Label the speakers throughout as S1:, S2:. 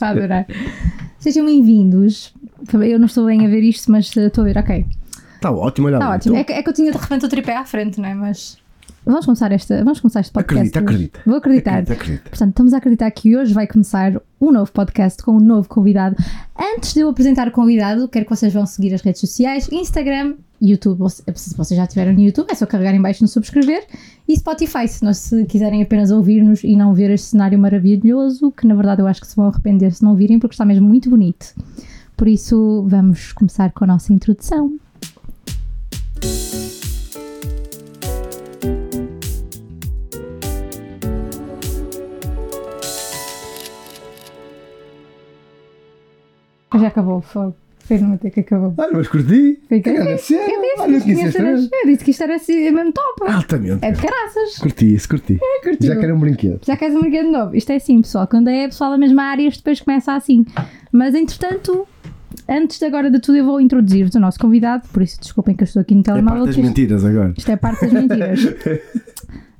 S1: Vai adorar. Sejam bem-vindos. Eu não estou bem a ver isto, mas eh, estou a ver, ok.
S2: Está ótimo, olha
S1: Está
S2: lá.
S1: ótimo.
S2: Então,
S1: É, que, é que eu tinha de repente o tripé à frente, não é? Mas. Vamos começar, esta, vamos começar este podcast.
S2: Acredita,
S1: hoje.
S2: acredita.
S1: Vou acreditar.
S2: Acredita, acredita.
S1: Portanto, estamos a acreditar que hoje vai começar um novo podcast com um novo convidado. Antes de eu apresentar o convidado, quero que vocês vão seguir as redes sociais: Instagram, YouTube. Se vocês já estiveram no YouTube, é só carregar em baixo no subscrever. E Spotify, se, nós, se quiserem apenas ouvir-nos e não ver este cenário maravilhoso, que na verdade eu acho que se vão arrepender se não virem, porque está mesmo muito bonito. Por isso, vamos começar com a nossa introdução. Já acabou, foi. Fez uma ter que acabou.
S2: Olha, mas curti.
S1: Foi que-
S2: Agradecer.
S1: Eu disse,
S2: Olha o que
S1: que tinha
S2: disseste
S1: cenas-
S2: hoje.
S1: eu disse que isto era assim, mesmo top.
S2: Altamente.
S1: É tipo, de caraças.
S2: Curti isso, curti.
S1: curtiu.
S2: Já quero um brinquedo.
S1: Já queres um brinquedo novo? Isto é assim, pessoal. Quando é pessoal da mesma área, isto depois começa assim. Mas entretanto, antes de agora de tudo, eu vou introduzir-vos o nosso convidado. Por isso, desculpem que eu estou aqui no
S2: É
S1: telemóvel.
S2: parte das
S1: que isto-
S2: mentiras agora.
S1: isto é parte das mentiras.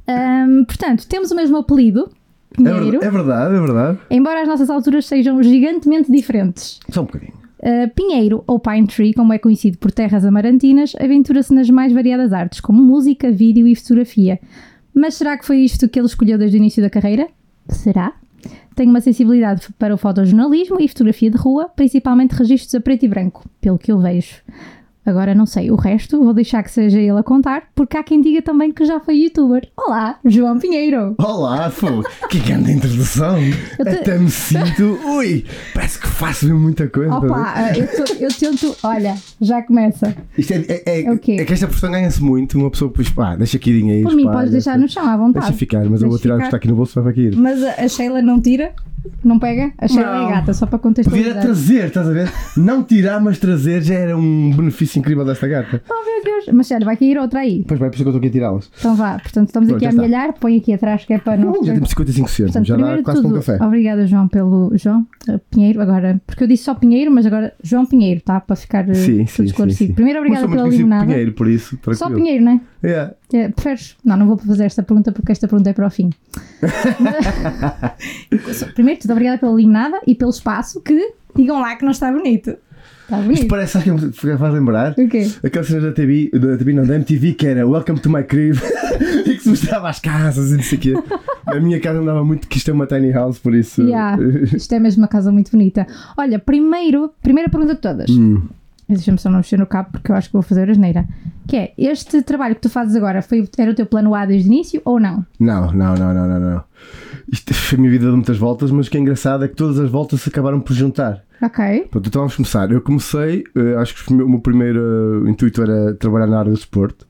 S1: Hum, portanto, temos o mesmo apelido, Pinheiro.
S2: É, ver- é verdade, é verdade.
S1: Embora as nossas alturas sejam gigantemente diferentes.
S2: Só um bocadinho.
S1: Uh, Pinheiro, ou Pine Tree, como é conhecido por terras amarantinas, aventura-se nas mais variadas artes, como música, vídeo e fotografia. Mas será que foi isto que ele escolheu desde o início da carreira? Será? Tem uma sensibilidade f- para o fotojornalismo e fotografia de rua, principalmente registros a preto e branco, pelo que eu vejo. Agora não sei o resto, vou deixar que seja ele a contar, porque há quem diga também que já foi youtuber. Olá, João Pinheiro!
S2: Olá, fô. que grande introdução.
S1: te-
S2: Até me sinto. Ui, parece que faço mesmo muita coisa. é?
S1: Opa, uh, eu, tô- eu tento. Olha, já começa.
S2: Isto é, é, é,
S1: É o quê?
S2: é que esta pressão ganha-se muito. Uma pessoa, pois pá, deixa aqui dinheiro.
S1: Por mim,
S2: pá,
S1: podes deixar
S2: esta-
S1: no chão à vontade.
S2: Deixa ficar, mas eu vou
S1: Deixa
S2: tirar o que
S1: ficar.
S2: está aqui no bolso, vai para aqui.
S1: Mas a, a Sheila não tira? Não pega? A Sheila
S2: Não.
S1: é gata, só para
S2: Podia
S1: contextualizar.
S2: trazer, estás a ver? Não tirar, mas trazer já era um benefício incrível desta gata.
S1: Oh meu Deus! Mas sério, vai cair outra aí.
S2: Pois vai, por isso que eu estou aqui a tirá-las.
S1: Então vá, portanto estamos
S2: Pronto,
S1: aqui a
S2: já está.
S1: melhar, põe aqui atrás que é para não.
S2: Uh, já temos 55 centos,
S1: Portanto,
S2: já dá
S1: primeiro de
S2: quase para um
S1: tudo,
S2: café.
S1: obrigada João pelo João eh, Pinheiro, agora, porque eu disse só Pinheiro, mas agora João Pinheiro, tá? Para ficar eh,
S2: Sim,
S1: tudo
S2: sim,
S1: esclarecido.
S2: sim, sim.
S1: Primeiro, obrigada
S2: Mas sou
S1: pela
S2: muito conhecido por
S1: limonada.
S2: Pinheiro, por isso, tranquilo.
S1: Só Pinheiro, não é?
S2: Yeah.
S1: É, preferes? Não, não vou fazer esta pergunta porque esta pergunta é para o fim. Mas- Primeiro, de tudo obrigada pela limonada e pelo espaço que digam lá que não está bonito. Está
S2: Isto
S1: bonito.
S2: parece, sabes o que me faz lembrar?
S1: O quê?
S2: Aquela cena da TV, da TV, não, da MTV, que era Welcome to my crib e que se mostrava às casas e não sei o quê. A minha casa andava muito que isto é uma tiny house, por isso.
S1: Yeah, isto é mesmo uma casa muito bonita. Olha, primeiro, primeira pergunta de todas.
S2: Hum.
S1: Deixa-me só não mexer no cabo porque eu acho que vou fazer a asneira. Que é, este trabalho que tu fazes agora foi, era o teu plano A desde o início ou não?
S2: Não, não, não, não, não, não. Isto foi a minha vida de muitas voltas, mas o que é engraçado é que todas as voltas se acabaram por juntar.
S1: Ok.
S2: Pronto, então vamos começar. Eu comecei, eh, acho que o meu, o meu primeiro eh, intuito era trabalhar na área do desporto.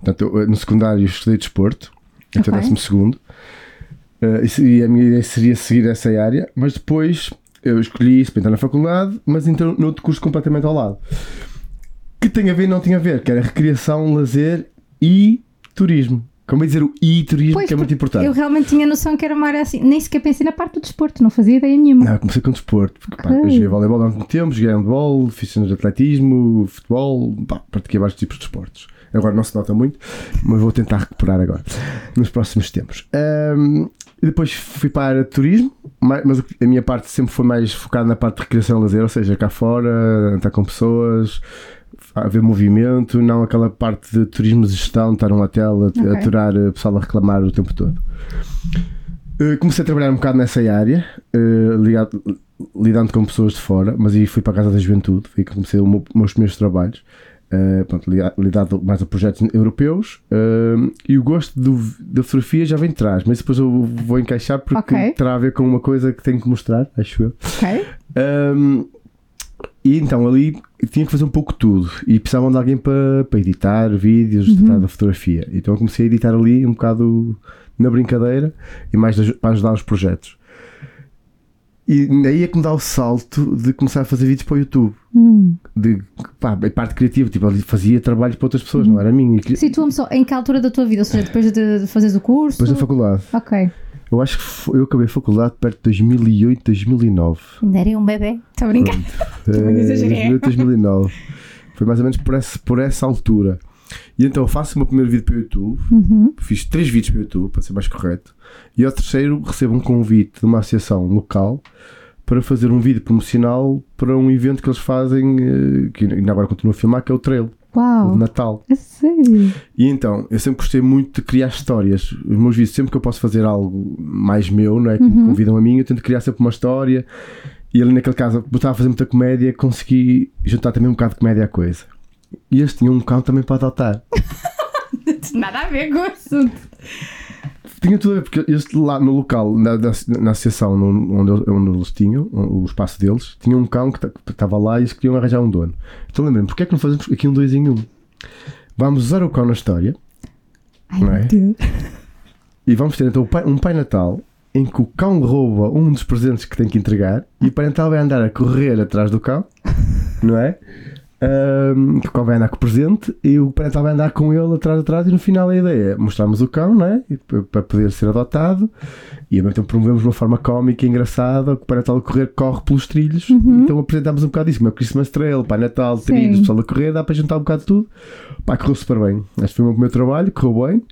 S2: Portanto, eu, eh, no secundário eu estudei desporto, até
S1: Ok.
S2: o décimo segundo. Eh, e se- e a minha ideia seria seguir essa área, mas depois eu escolhi isso para entrar na faculdade, mas então noutro curso completamente ao lado. Que tem a ver e não tem a ver, que era recreação, lazer e turismo. Como é dizer o e turismo, que é muito
S1: porque
S2: importante.
S1: Eu realmente tinha noção que era uma área assim. Nem sequer pensei na parte do desporto, não fazia ideia nenhuma.
S2: Não, eu comecei com desporto. Porque, pá,
S1: Ok.
S2: eu joguei voleibol há muito tempo, joguei handball, fiz cenas de atletismo, futebol, pá, pratiquei vários tipos de desportos. Agora não se nota muito, mas vou tentar recuperar agora, nos próximos tempos. Ahm, e depois fui para a área de turismo, ma- mas o que- a minha parte sempre foi mais focada na parte de recreação e lazer, ou seja, cá fora, estar com pessoas, haver movimento, não aquela parte de turismo de gestão, estar num hotel, a-
S1: Ok.
S2: a aturar o pessoal a reclamar o tempo todo. Eh, Comecei a trabalhar um bocado nessa área, eh, ligado- lidando com pessoas de fora, mas aí fui para a Casa da Juventude, foi aí que comecei os meus primeiros trabalhos, eh, pronto, liga- ligado mais a projetos europeus, eh, e o gosto do- da fotografia já vem de trás, mas depois eu vou encaixar porque
S1: Ok.
S2: terá a ver com uma coisa que tenho que mostrar, acho eu.
S1: Ok.
S2: Ahm, e então ali tinha que fazer um pouco de tudo e precisavam de alguém para, para editar vídeos, tratar da fotografia. Então eu comecei a editar ali um bocado na brincadeira e mais de aj- para ajudar os projetos. E aí é que me dá o salto de começar a fazer vídeos para o YouTube.
S1: Hum.
S2: De pá, a parte criativa, tipo, ali fazia trabalhos para outras pessoas, não era minha. E-
S1: Situa-me só em que altura da tua vida, ou seja, depois de, de fazeres o curso.
S2: Depois da faculdade,
S1: Ok.
S2: eu acho que fo- eu acabei a faculdade perto de 2008, 2009.
S1: Ainda era um bebê. Estou a brincar.
S2: Eh,
S1: não exagerei.
S2: 2009. Foi mais ou menos por, esse- por essa altura. E então eu faço o meu primeiro vídeo para o YouTube, fiz três vídeos para o YouTube, para ser mais correto, e ao terceiro recebo um convite de uma associação local para fazer um vídeo promocional para um evento que eles fazem, eh, que ainda agora continuo a filmar, que é o Trail, o de
S1: Uau!
S2: Natal.
S1: A sério?
S2: E então, eu sempre gostei muito de criar histórias. Os meus vídeos, sempre que eu posso fazer algo mais meu, não é? Que me convidam a mim, eu tento criar sempre uma história. E ali naquele caso, eu estava a fazer muita comédia, consegui juntar também um bocado de comédia à coisa. E este tinha um cão também para adotar.
S1: Nada a ver com o assunto.
S2: Tinha tudo a ver, porque este lá no local, na, na, na associação no- onde, eu- onde eles tinham, o o espaço deles, tinha um cão que ta- que estava lá e eles queriam arranjar um dono. Então lembrei-me, porque é que não fazemos aqui um dois em um? Vamos usar o cão na história
S1: Ai,
S2: Não é?
S1: meu Deus.
S2: e vamos ter então o pai- um pai natal em que o cão rouba um dos presentes que tem que entregar e o pai natal vai andar a correr atrás do cão, não é? Ahm, que o cão vai andar com o presente e o pai natal vai andar com ele atrás atrás e no final a ideia é mostrarmos o cão, não é? E p- Para poder ser adotado e ao mesmo tempo promovemos de uma forma cómica e engraçada que o Pai Natal a correr corre pelos trilhos. Então apresentámos um bocado isso, como é o Christmas Trail, Pai Natal,
S1: Sim.
S2: trilhos, pessoal a correr, dá para juntar um bocado de tudo. Pá, correu super bem. Este foi o meu primeiro trabalho, correu bem.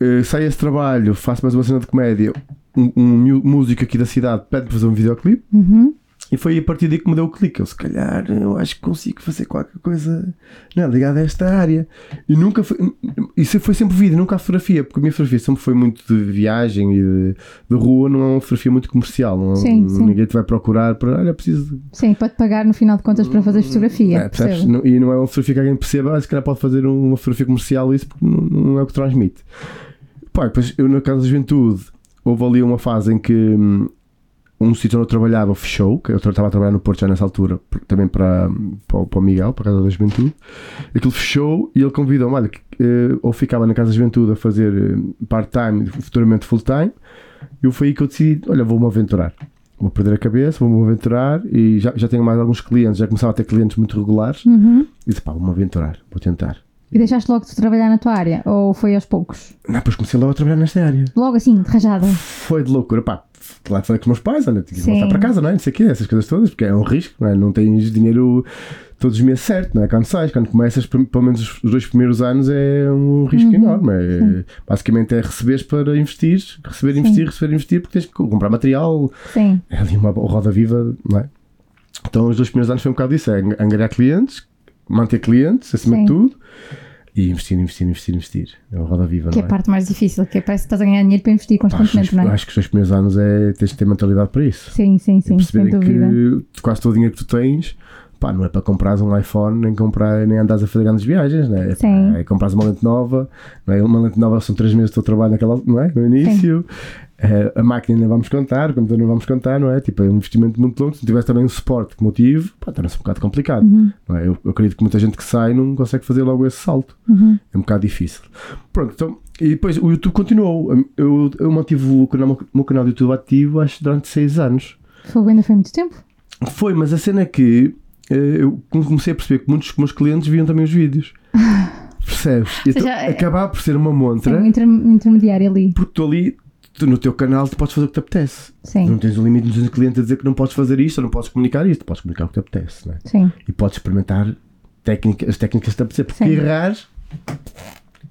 S2: Eh, saio esse trabalho, faço mais uma cena de comédia. Um, um mu- músico aqui da cidade pede para fazer um videoclipe.
S1: Uhum.
S2: E foi a partir daí que me deu o clique. Eu, se calhar, eu acho que consigo fazer qualquer coisa não, é, ligada a esta área. E nunca foi. Isso foi sempre vídeo, nunca a fotografia, porque a minha fotografia sempre foi muito de viagem e de, de rua, não é uma fotografia muito comercial. Não, é?
S1: Sim, sim.
S2: Ninguém te vai procurar para. Olha, preciso. de-
S1: Sim, pode pagar no final de contas para fazer fotografia.
S2: É, percebes?
S1: percebo.
S2: Não- e não é uma fotografia que alguém perceba, ah, se calhar pode fazer uma fotografia comercial, isso porque não, não é o que transmite. Pá, depois eu, na Casa da Juventude, houve ali uma fase em que hum, um sítio onde eu trabalhava fechou, que eu tra- estava a trabalhar no Porto já nessa altura, por- também para, hum, para, o- para o Miguel, para a Casa da Juventude. Aquilo fechou e ele convidou-me, olha, que, eh, ou ficava na Casa da Juventude a fazer eh, part-time, futuramente full-time, e foi aí que eu decidi, olha, vou-me aventurar. Vou perder a cabeça, vou-me aventurar e já, já tenho mais alguns clientes, já começava a ter clientes muito regulares.
S1: Uhum.
S2: E disse, pá, vou-me aventurar, vou tentar.
S1: E deixaste logo de trabalhar na tua área? Ou foi aos poucos?
S2: Não, depois comecei logo a trabalhar nesta área.
S1: Logo assim, de rajada?
S2: Foi de loucura, pá. Lá falei com os meus pais, olha, tinha que
S1: Sim.
S2: voltar para casa, não é? Não sei o quê, essas coisas todas, porque é um risco, não é? Não tens dinheiro todos os meses certo, não é? Quando sais, quando começas, pr- pelo menos os- os dois primeiros anos é um risco
S1: Uhum.
S2: enorme. É- basicamente é receberes para investir, receber, investir, receber, investir, porque tens que comprar material,
S1: Sim.
S2: é ali uma roda viva, não é? Então, os dois primeiros anos foi um bocado isso: é ang- angariar clientes, manter clientes, acima
S1: Sim.
S2: de tudo, e investir, investir, investir, investir. É uma roda viva,
S1: Que é
S2: não
S1: a
S2: é?
S1: parte mais difícil, que é parece que estás a ganhar dinheiro para investir
S2: Pá, acho,
S1: constantemente,
S2: que-
S1: não é?
S2: acho que os dois primeiros anos é tens de ter mentalidade para isso.
S1: Sim, sim, sim, sem
S2: perceberem
S1: dúvida.
S2: que tu- quase todo o dinheiro que tu tens, pá, não é para comprares um iPhone, nem comprar, nem andares a fazer grandes viagens, não é?
S1: Sim.
S2: É, comprares uma lente nova, não é? Uma lente nova são três meses do teu trabalho naquela, não é? No início. Eh, a máquina não vamos contar, o computador não vamos contar, não é? Tipo, é um investimento muito longo. Se não tiveres também um suporte que motive, pá, torna-se um bocado complicado.
S1: Uhum.
S2: Não é? eu, eu acredito que muita gente que sai não consegue fazer logo esse salto.
S1: Uhum.
S2: É um bocado difícil. Pronto, então, e depois o YouTube continuou. Eu, eu mantive o canal, o meu canal do YouTube ativo acho que durante seis anos.
S1: Fogo ainda foi muito tempo.
S2: Foi, mas a cena é que eh, eu comecei a perceber que muitos dos meus clientes viam também os vídeos. Percebes? E
S1: seja,
S2: então,
S1: é-
S2: acabava por ser uma
S1: Sim,
S2: montra,
S1: um inter- intermediário ali.
S2: porque tu ali, tu, no teu canal, tu podes fazer o que te apetece. Não
S1: Sim,
S2: tens um limite de cliente a dizer que não podes fazer isto ou não podes comunicar isto. Podes comunicar o que te apetece, não é?
S1: sim,
S2: E podes experimentar técnica, as técnicas que te apetecer, porque
S1: Sim.
S2: errar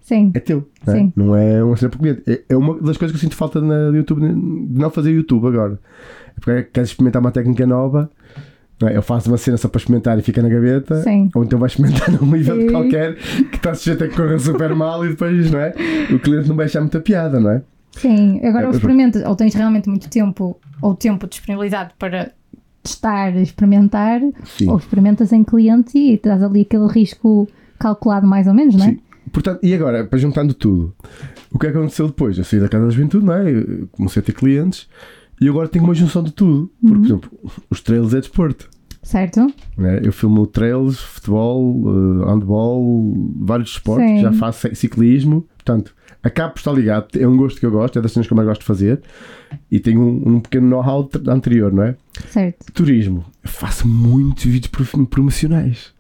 S1: sim.
S2: é teu. Não é?
S1: Sim.
S2: não é uma cena para cliente. É- É uma das coisas que eu sinto falta na de YouTube, de não fazer YouTube agora. É porque queres experimentar uma técnica nova. não é? Eu faço uma cena só para experimentar e fica na gaveta,
S1: Sim.
S2: ou então vais experimentar num evento
S1: Sim.
S2: qualquer que está sujeito a que corra super mal e depois não é? o cliente não vai achar muita piada, não é?
S1: Sim, agora
S2: É,
S1: ou
S2: mas-
S1: experimentas, ou tens realmente muito tempo, ou tempo disponibilizado para testar, experimentar,
S2: Sim.
S1: ou experimentas em cliente e traz ali aquele risco calculado mais ou menos, não é?
S2: Sim. Portanto, e agora, para juntando tudo, o que é que aconteceu depois? Eu saí da casa da juventude, não é? Eu comecei a ter clientes e agora tenho uma junção de tudo. Porque,
S1: Uhum.
S2: por exemplo, os trails é desporto.
S1: Certo?
S2: né? Eu filmo trails, futebol, eh, handball, vários esportes,
S1: Sim.
S2: já faço ciclismo, portanto, acabo por estar ligado, é um gosto que eu gosto, é das cenas que eu mais gosto de fazer e tenho um, um pequeno know-how tr- anterior, não é?
S1: Certo.
S2: Turismo, eu faço muitos vídeos pro- promocionais.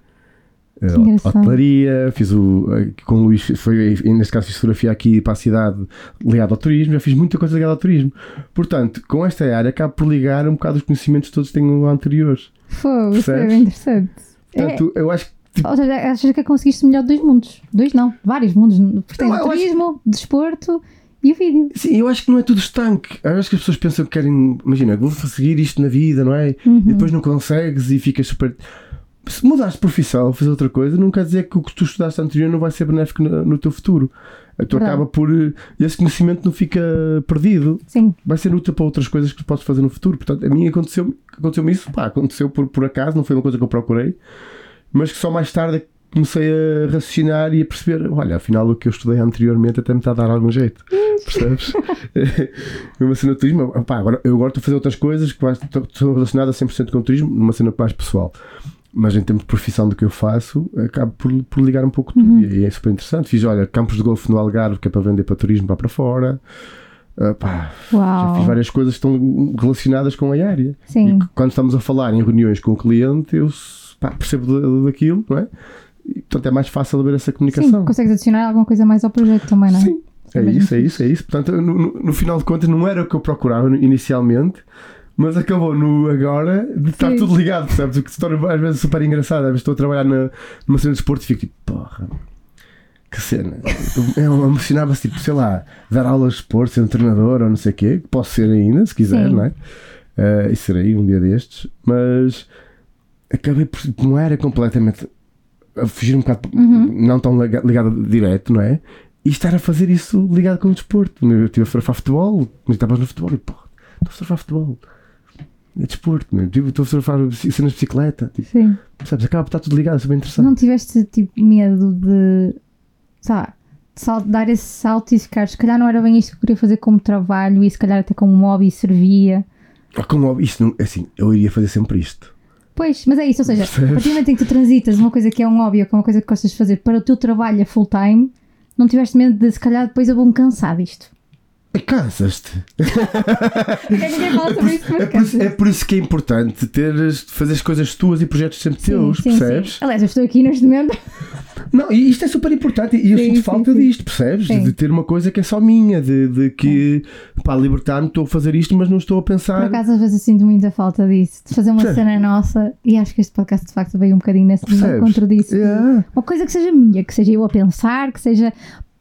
S2: Eh,
S1: Que engraçado.
S2: Hotelaria, fiz o. eh, Com o Luís, foi, neste caso, fiz fotografia aqui para a cidade ligada ao turismo. Já fiz muita coisa ligada ao turismo. Portanto, com esta área, acabo por ligar um bocado os conhecimentos todos que tenho anteriores.
S1: Fogo, isso é
S2: Percebes?
S1: bem interessante. É,
S2: Portanto, eu acho que
S1: Ou seja, achas que é conseguiste o melhor de dois mundos? Dois não, vários mundos. Porque tens
S2: Não, eu
S1: o turismo, o desporto e o vídeo.
S2: Sim, eu acho que não é tudo estanque. Eu acho que as pessoas pensam que querem. Imagina, vou seguir isto na vida, não é? E depois não consegues e ficas super. Se mudares de profissão, fazer outra coisa, não quer dizer que o que tu estudaste anterior não vai ser benéfico no, no teu futuro. Tu
S1: Verdade.
S2: acaba por. eh, Esse conhecimento não fica perdido.
S1: Sim,
S2: Vai ser útil para outras coisas que tu podes fazer no futuro. Portanto, a mim aconteceu-me aconteceu isso, pá, aconteceu por, por acaso, não foi uma coisa que eu procurei, mas que só mais tarde é que comecei a raciocinar e a perceber: olha, afinal o que eu estudei anteriormente até me está a dar algum jeito. Percebes? uma cena de turismo, pá, agora, eu agora estou a fazer outras coisas que vais- estão- estão relacionadas 100% com o turismo, numa cena mais pessoal. Mas em termos de profissão do que eu faço, acabo por, por ligar um pouco tudo. E é super interessante. Fiz, olha, campos de golfe no Algarve, que é para vender para turismo, para para fora. Ah, pá, já fiz
S1: uau.
S2: várias coisas que estão relacionadas com a área.
S1: Oh. Sim.
S2: E c- quando estamos a falar em reuniões com o cliente, eu s- pá, percebo da- daquilo, não é? E, portanto, é mais fácil haver essa
S1: Sim,
S2: comunicação.
S1: consegues adicionar alguma coisa mais ao projeto também, não é?
S2: Sim, é
S1: Também
S2: isso, é isso, é isso. Portanto, no, no- no final de contas, não era o que eu procurava no- inicialmente, mas acabou no agora de estar
S1: Sim.
S2: tudo ligado, percebes? O que se torna às vezes super engraçado. Às vezes estou a trabalhar na, numa cena de esporte e fico tipo, porra. Que cena. Eu emocionava-se, tipo, sei lá, dar aulas de esporte, ser um treinador ou não sei o quê, que posso ser ainda, se quiser,
S1: Sim.
S2: não é? Eh, e serei um dia destes, mas acabei por. Não era completamente. a fugir um bocado.
S1: Uhum.
S2: Não tão liga- ligado direto, não é? E estar a fazer isso ligado com o desporto. Eu estive a fotografar futebol, mas estavas no futebol e pô, estou a fotografar futebol. É desporto, meu. Tipo, estou a fotografar cenas de bicicleta. Tipo,
S1: Sim.
S2: sabes, acaba por estar tudo ligado, isso é bem interessante.
S1: Não tiveste tipo medo de, sei lá, de sal- dar esse salto e ficar, se calhar não era bem isto que eu queria fazer como trabalho e se calhar até como hobby servia.
S2: Ah, Como, isto não, assim, eu iria fazer sempre isto.
S1: Pois, mas é isso, ou seja, a
S2: Percebes?
S1: partir do momento em que tu transitas uma coisa que é um hobby ou que é uma coisa que gostas de fazer para o teu trabalho a full time, não tiveste medo de se calhar depois eu vou-me cansar disto.
S2: E Cansas-te.
S1: Até ninguém fala sobre isso,
S2: É
S1: mas
S2: por, isso, é
S1: cansas.
S2: por isso que é importante teres, fazer as coisas tuas e projetos sempre teus,
S1: sim,
S2: percebes?
S1: Sim. Aliás, eu estou aqui neste momento.
S2: Não, e isto é super importante e eu
S1: Sim,
S2: sinto
S1: sim,
S2: falta
S1: sim.
S2: disto, percebes? De-
S1: Sim.
S2: De ter uma coisa que é só minha, de, de que pá, libertar-me, estou a fazer isto, mas não estou a
S1: Por
S2: pensar.
S1: acaso, às vezes eu sinto muita falta disso, de fazer uma
S2: Percebes?
S1: cena nossa e acho que este podcast de facto veio um bocadinho nesse
S2: Percebes? É,
S1: encontro disso.
S2: Yeah.
S1: Uma coisa que seja minha, que seja eu a pensar, que seja.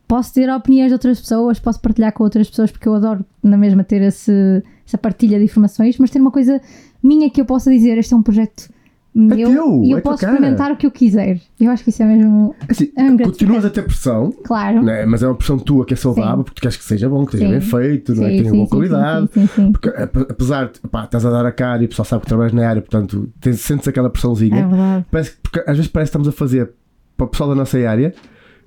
S1: Posso ter opiniões de outras pessoas, posso partilhar com outras pessoas, porque eu adoro na mesma ter esse- essa partilha de informações, mas ter uma coisa minha que eu possa dizer: este é um projeto meu
S2: teu,
S1: e eu
S2: é tua
S1: posso
S2: cara.
S1: experimentar o que eu quiser. Eu acho que isso é mesmo.
S2: Assim,
S1: É um grande
S2: continuas a ter pressão,
S1: Claro.
S2: né? mas é uma pressão tua que é saudável porque tu queres que seja bom, que seja
S1: Sim.
S2: bem feito, não é?
S1: Sim,
S2: que tenha
S1: sim,
S2: boa
S1: sim,
S2: qualidade.
S1: Sim, sim, sim.
S2: Porque ape- apesar de pá, estás a dar a cara e o pessoal sabe que trabalhas na área, portanto tens- sentes aquela pressãozinha.
S1: É verdade.
S2: Parece que- porque às vezes parece que estamos a fazer para o pessoal da nossa área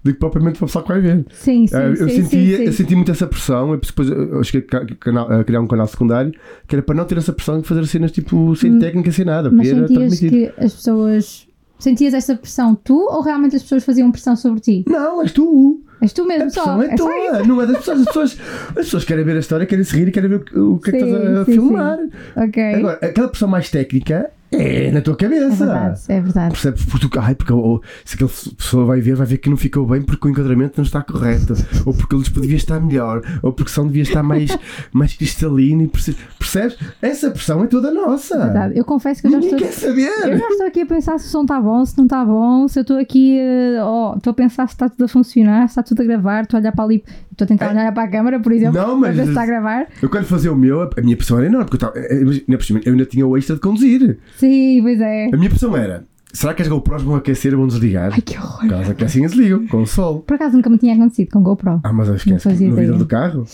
S2: do que propriamente para o pessoal que vai ver.
S1: Sim, sim,
S2: Ah, eu,
S1: sim,
S2: senti,
S1: sim, sim.
S2: eu senti muito essa pressão. Eu depois eu cheguei a, ca- canal- a criar um canal secundário que era para não ter essa pressão de fazer cenas tipo sem técnica, sem nada.
S1: Hum. Mas
S2: porque era
S1: sentias
S2: transmitido.
S1: que as pessoas. Sentias essa pressão tu ou realmente as pessoas faziam pressão sobre ti?
S2: Não, és tu.
S1: És tu
S2: A
S1: mesmo só.
S2: pressão é
S1: É só isso.
S2: tua. Não é das pessoas. As pessoas, as pessoas querem ver a história, querem se rir e querem ver o que- o que é que
S1: Sim,
S2: estás a
S1: sim,
S2: filmar.
S1: Ok.
S2: Agora, aquela pressão mais técnica é na tua
S1: é
S2: cabeça.
S1: verdade, é verdade.
S2: Percebes? Porque, tu- ai, porque ou, se aquela pessoa vai ver, vai ver que não ficou bem porque o enquadramento não está correto, ou porque o luz devia estar melhor, ou porque o som devia estar mais, mais cristalino. E perce- percebes? Essa pressão é toda nossa.
S1: Verdade. Eu confesso que eu já
S2: Ninguém
S1: estou.
S2: quer saber.
S1: Eu já estou aqui a pensar se o som está bom, se não está bom, se eu estou aqui, eh, ó, estou a pensar se está tudo a funcionar, se está tudo a gravar, estou a olhar para ali, estou a tentar olhar para a câmara, por exemplo,
S2: É. Não, mas-
S1: para ver se está a gravar.
S2: Eu quando fazia o meu, a minha pressão era enorme, porque eu, estava, eh, imagina, por cima, eu ainda tinha o extra de conduzir.
S1: Sim, pois é.
S2: A minha pressão era: será que as GoPros vão aquecer ou vão desligar?
S1: Ai que horror.
S2: Caso aquecinhas ligam, com o sol.
S1: Por acaso nunca me tinha acontecido com GoPro.
S2: Ah, mas eu
S1: Não
S2: esquece,
S1: fazia
S2: no vidro
S1: ideia.
S2: do carro,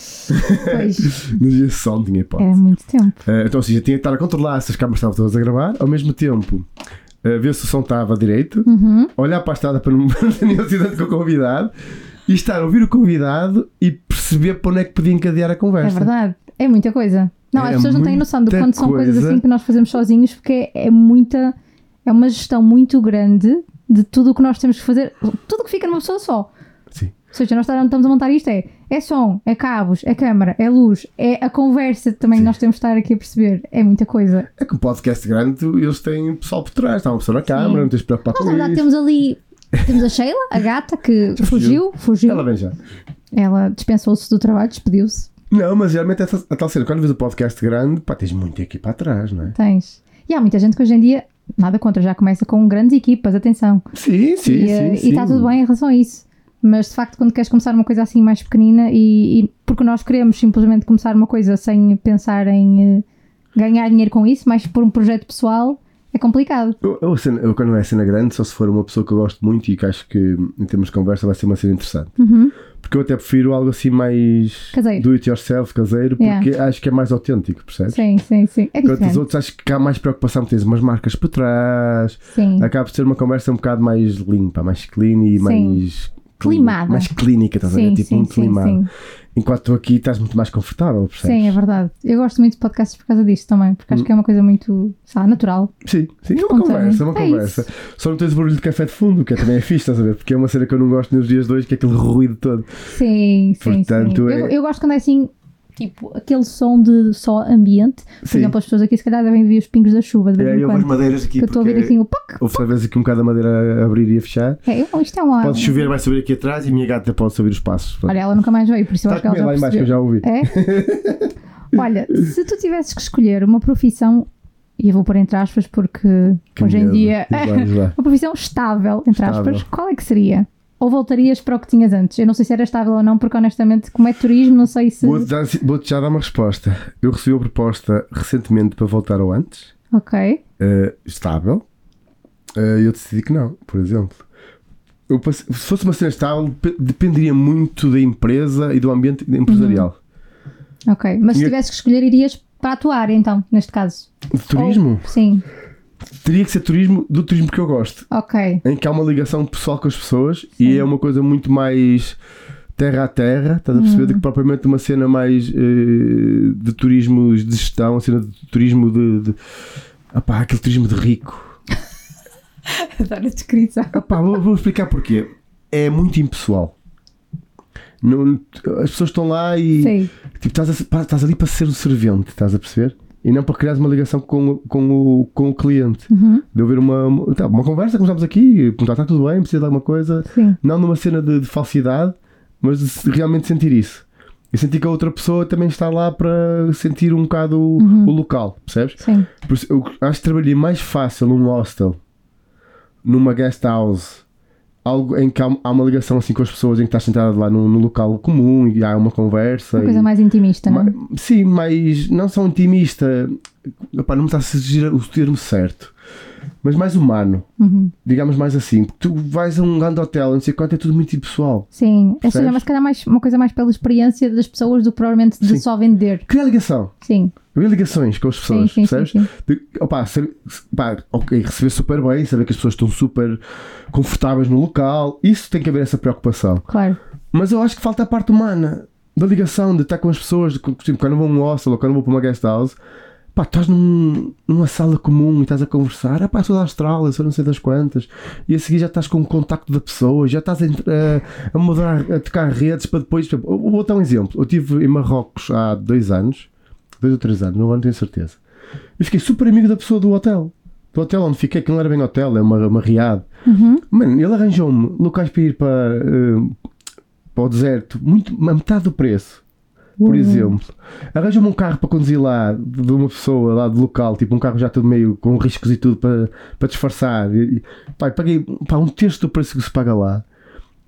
S1: Pois,
S2: no dia de sol não tinha hipótese.
S1: era muito tempo.
S2: Eh, então, ou seja, tinha que estar a controlar se as câmaras estavam todas a gravar, ao mesmo tempo eh, ver se o som estava direito,
S1: Uhum.
S2: olhar para a estrada para não para não ter nenhum acidente com o convidado e estar a ouvir o convidado e perceber para onde é que podia encadear a
S1: É
S2: conversa.
S1: verdade. É muita coisa. Não,
S2: É
S1: as pessoas não têm noção do
S2: muita
S1: quanto são coisas
S2: coisa.
S1: assim que nós fazemos sozinhos, porque é, é muita. É uma gestão muito grande de tudo o que nós temos que fazer, tudo o que fica numa pessoa só.
S2: Sim.
S1: Ou seja, nós não estamos a montar isto é, é som, é cabos, é câmara, é luz, é a conversa também que nós temos de estar aqui a perceber. É muita coisa.
S2: É que um podcast grande tu- eles têm pessoal por trás, está uma pessoa na câmara, não tens de preocupar
S1: Nós,
S2: com
S1: na verdade,
S2: isso.
S1: temos ali. Temos a Sheila, a gata, que fugiu,
S2: fugiu.
S1: fugiu.
S2: Ela vem já.
S1: Ela dispensou-se do trabalho, despediu-se.
S2: Não, mas geralmente essa- a tal cena, quando vês o podcast grande, pá, tens muita equipa atrás, não é?
S1: Tens. E há muita gente que hoje em dia Nada contra, já começa com grandes equipas, atenção.
S2: Sim, sim,
S1: e,
S2: sim.
S1: eh,
S2: sim.
S1: e está tudo bem em relação a isso. Mas de facto, quando queres começar uma coisa assim mais pequenina, e, e- porque nós queremos simplesmente começar uma coisa sem pensar em eh, ganhar dinheiro com isso, mas por um projeto pessoal é complicado.
S2: Eu, eu, a cena- eu, quando não é cena grande, só se for uma pessoa que eu gosto muito e que acho que em termos de conversa vai ser uma cena interessante. Porque eu até prefiro algo assim mais
S1: Uhum. Caseiro.
S2: do it yourself, caseiro, porque
S1: Yeah.
S2: acho que é mais autêntico, percebes?
S1: Sim, sim, sim. É
S2: Enquanto os
S1: diferente.
S2: outros acho que há mais preocupação, tens umas marcas por trás,
S1: Sim.
S2: acaba por ser uma conversa um bocado mais limpa, mais clean
S1: Sim.
S2: e mais clean-
S1: Climada.
S2: mais clínica, estás a ver?
S1: Sim,
S2: Tipo
S1: sim,
S2: muito
S1: sim,
S2: limada.
S1: sim.
S2: Enquanto tu aqui estás muito mais confortável, percebes? Hum.
S1: Sim, é verdade. Eu gosto muito de podcasts por causa disto também, porque acho que é uma coisa muito, sei lá, natural.
S2: Sim, sim, é uma
S1: Espontâneo.
S2: conversa, é uma
S1: É
S2: conversa. Só não tens o barulho de café de fundo, que é também é fixe, estás a ver? Porque é uma cena que eu não gosto nos dias de hoje, que é aquele ruído todo.
S1: Sim, sim,
S2: Portanto,
S1: sim.
S2: é-
S1: Eu, eu gosto quando é assim, tipo, aquele som de só ambiente. Por
S2: Sim.
S1: exemplo, as pessoas aqui se calhar devem ouvir os pingos da chuva de
S2: É,
S1: vez em
S2: eu vejo
S1: quando.
S2: madeiras aqui.
S1: Que eu estou a ouvir assim o poc.
S2: Ouve às vezes aqui um bocado a madeira a abrir e a fechar.
S1: É, eu- isto é uma.
S2: Pode chover, vai subir aqui atrás e a minha gata pode subir os passos.
S1: Olha, ela nunca mais veio, por isso eu acho
S2: Está a
S1: que ela
S2: comer
S1: já
S2: Tá lá embaixo, que eu
S1: percebeu.
S2: já ouvi.
S1: É? Olha, se tu tivesses que escolher uma profissão, e eu vou pôr entre aspas porque
S2: Que
S1: hoje em
S2: medo.
S1: dia
S2: Diz lá, diz lá.
S1: uma profissão estável, entre aspas,
S2: Estável.
S1: qual é que seria? Ou voltarias para o que tinhas antes? Eu não sei se era estável ou não, porque honestamente, como é turismo, não sei se.
S2: Vou-te dar- vou-te já dar uma resposta. Eu recebi uma proposta recentemente para voltar ao antes,
S1: Ok.
S2: eh, estável, e eu decidi que não, por exemplo. Eu passe- se fosse uma cena estável, pe- dependeria muito da empresa e do ambiente empresarial.
S1: Ok. Mas se
S2: Tinha-
S1: tivesses que escolher, irias para atuar, então, neste caso.
S2: De turismo?
S1: Ou- Sim.
S2: Teria que ser turismo do turismo que eu gosto,
S1: Ok.
S2: em que há uma ligação pessoal com as pessoas e é uma coisa muito mais terra a terra, estás a perceber? Do que propriamente uma cena mais eh, de turismo de gestão, uma cena de turismo de. de... Opá, aquele turismo de rico.
S1: Adoro a descrição.
S2: Pá, vou, vou explicar porquê. É muito impessoal. Não- as pessoas estão lá e
S1: Sim.
S2: tipo, estás, a- pá, estás ali para ser o servente, estás a perceber? E não para criar uma ligação com, o- com, o, com o cliente. De haver uma, uma, tá, uma conversa, começamos aqui, perguntar está tudo bem, precisa de alguma coisa.
S1: Sim.
S2: Não numa cena de, de falsidade, mas de se- realmente sentir isso. E sentir que a outra pessoa também está lá para sentir um bocado o- o local, percebes?
S1: Sim.
S2: Por isso, eu acho que trabalhei mais fácil num hostel, numa guest house, algo em que há, há uma ligação assim com as pessoas, em que estás sentado lá num, num local comum e há uma conversa.
S1: Uma
S2: e-
S1: coisa mais intimista, não é?
S2: Ma- Sim, mas não só intimista. Epá, não me está a surgir o termo certo. Mas mais humano, digamos mais assim. Porque tu vais a um grande hotel, não sei quanto, é tudo muito pessoal.
S1: Sim. Ou
S2: Percebes?
S1: seja, mas se calhar mais, uma coisa mais pela experiência das pessoas do que provavelmente de
S2: Sim.
S1: só vender.
S2: Cria ligação.
S1: Sim.
S2: Havia ligações com as pessoas,
S1: Sim, sim,
S2: percebes?
S1: sim, sim.
S2: De- opá, ser- pá, ok, receber super bem, saber que as pessoas estão super confortáveis no local, isso tem que haver essa preocupação.
S1: Claro.
S2: Mas eu acho que falta a parte humana da ligação, de estar com as pessoas, de, tipo, quando vou a um hostel ou quando vou para uma guest house, pá, estás num- numa sala comum e estás a conversar, ah pá, sou da Austrália, sou não sei das quantas, e a seguir já estás com o contacto da pessoa, já estás a, entr- a- a mudar, a tocar redes para depois. por exemplo, eu Vou dar um exemplo, eu estive em Marrocos há dois anos, dois ou três anos, não tenho certeza. Eu fiquei super amigo da pessoa do hotel. Do hotel onde fiquei, que não era bem hotel, é uma, uma riad. Mano, ele arranjou-me locais para ir para, eh, para o deserto, muito, a metade do preço, por
S1: Uau.
S2: exemplo. Arranjou-me um carro para conduzir lá, de de uma pessoa lá do local, tipo um carro já todo meio com riscos e tudo para, para disfarçar. E, e, pá, eu paguei pá, um terço do preço que se paga lá.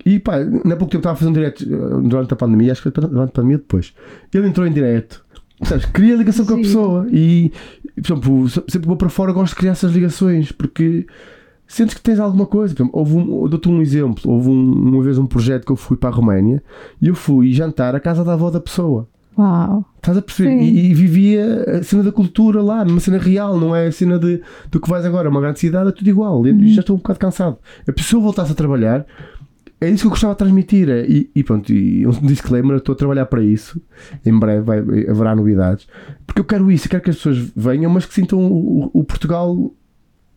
S2: E pá, na pouco tempo estava a fazer um direto eh, durante a pandemia, acho que foi durante a pandemia depois. Ele entrou em direto. Sabes, cria ligação com a
S1: Giro.
S2: pessoa e, e, por exemplo, se- sempre que vou para fora gosto de criar essas ligações porque sentes que tens alguma coisa. Por exemplo, houve um, eu dou-te um exemplo, houve um- uma vez um projeto que eu fui para a Roménia e eu fui jantar à casa da avó da pessoa.
S1: Uau.
S2: Estás a perceber?
S1: Sim.
S2: E, e vivia a cena da cultura lá, numa cena real, não é a cena de, do que vais agora, uma grande cidade, é tudo igual. Eu já estou um bocado cansado. A pessoa voltasse a trabalhar, é isso que eu gostava de transmitir. é- E, e pronto, e um disclaimer: eu estou a trabalhar para isso. Em breve vai, haverá novidades. Porque eu quero isso, eu quero que as pessoas venham, mas que sintam o, o- o Portugal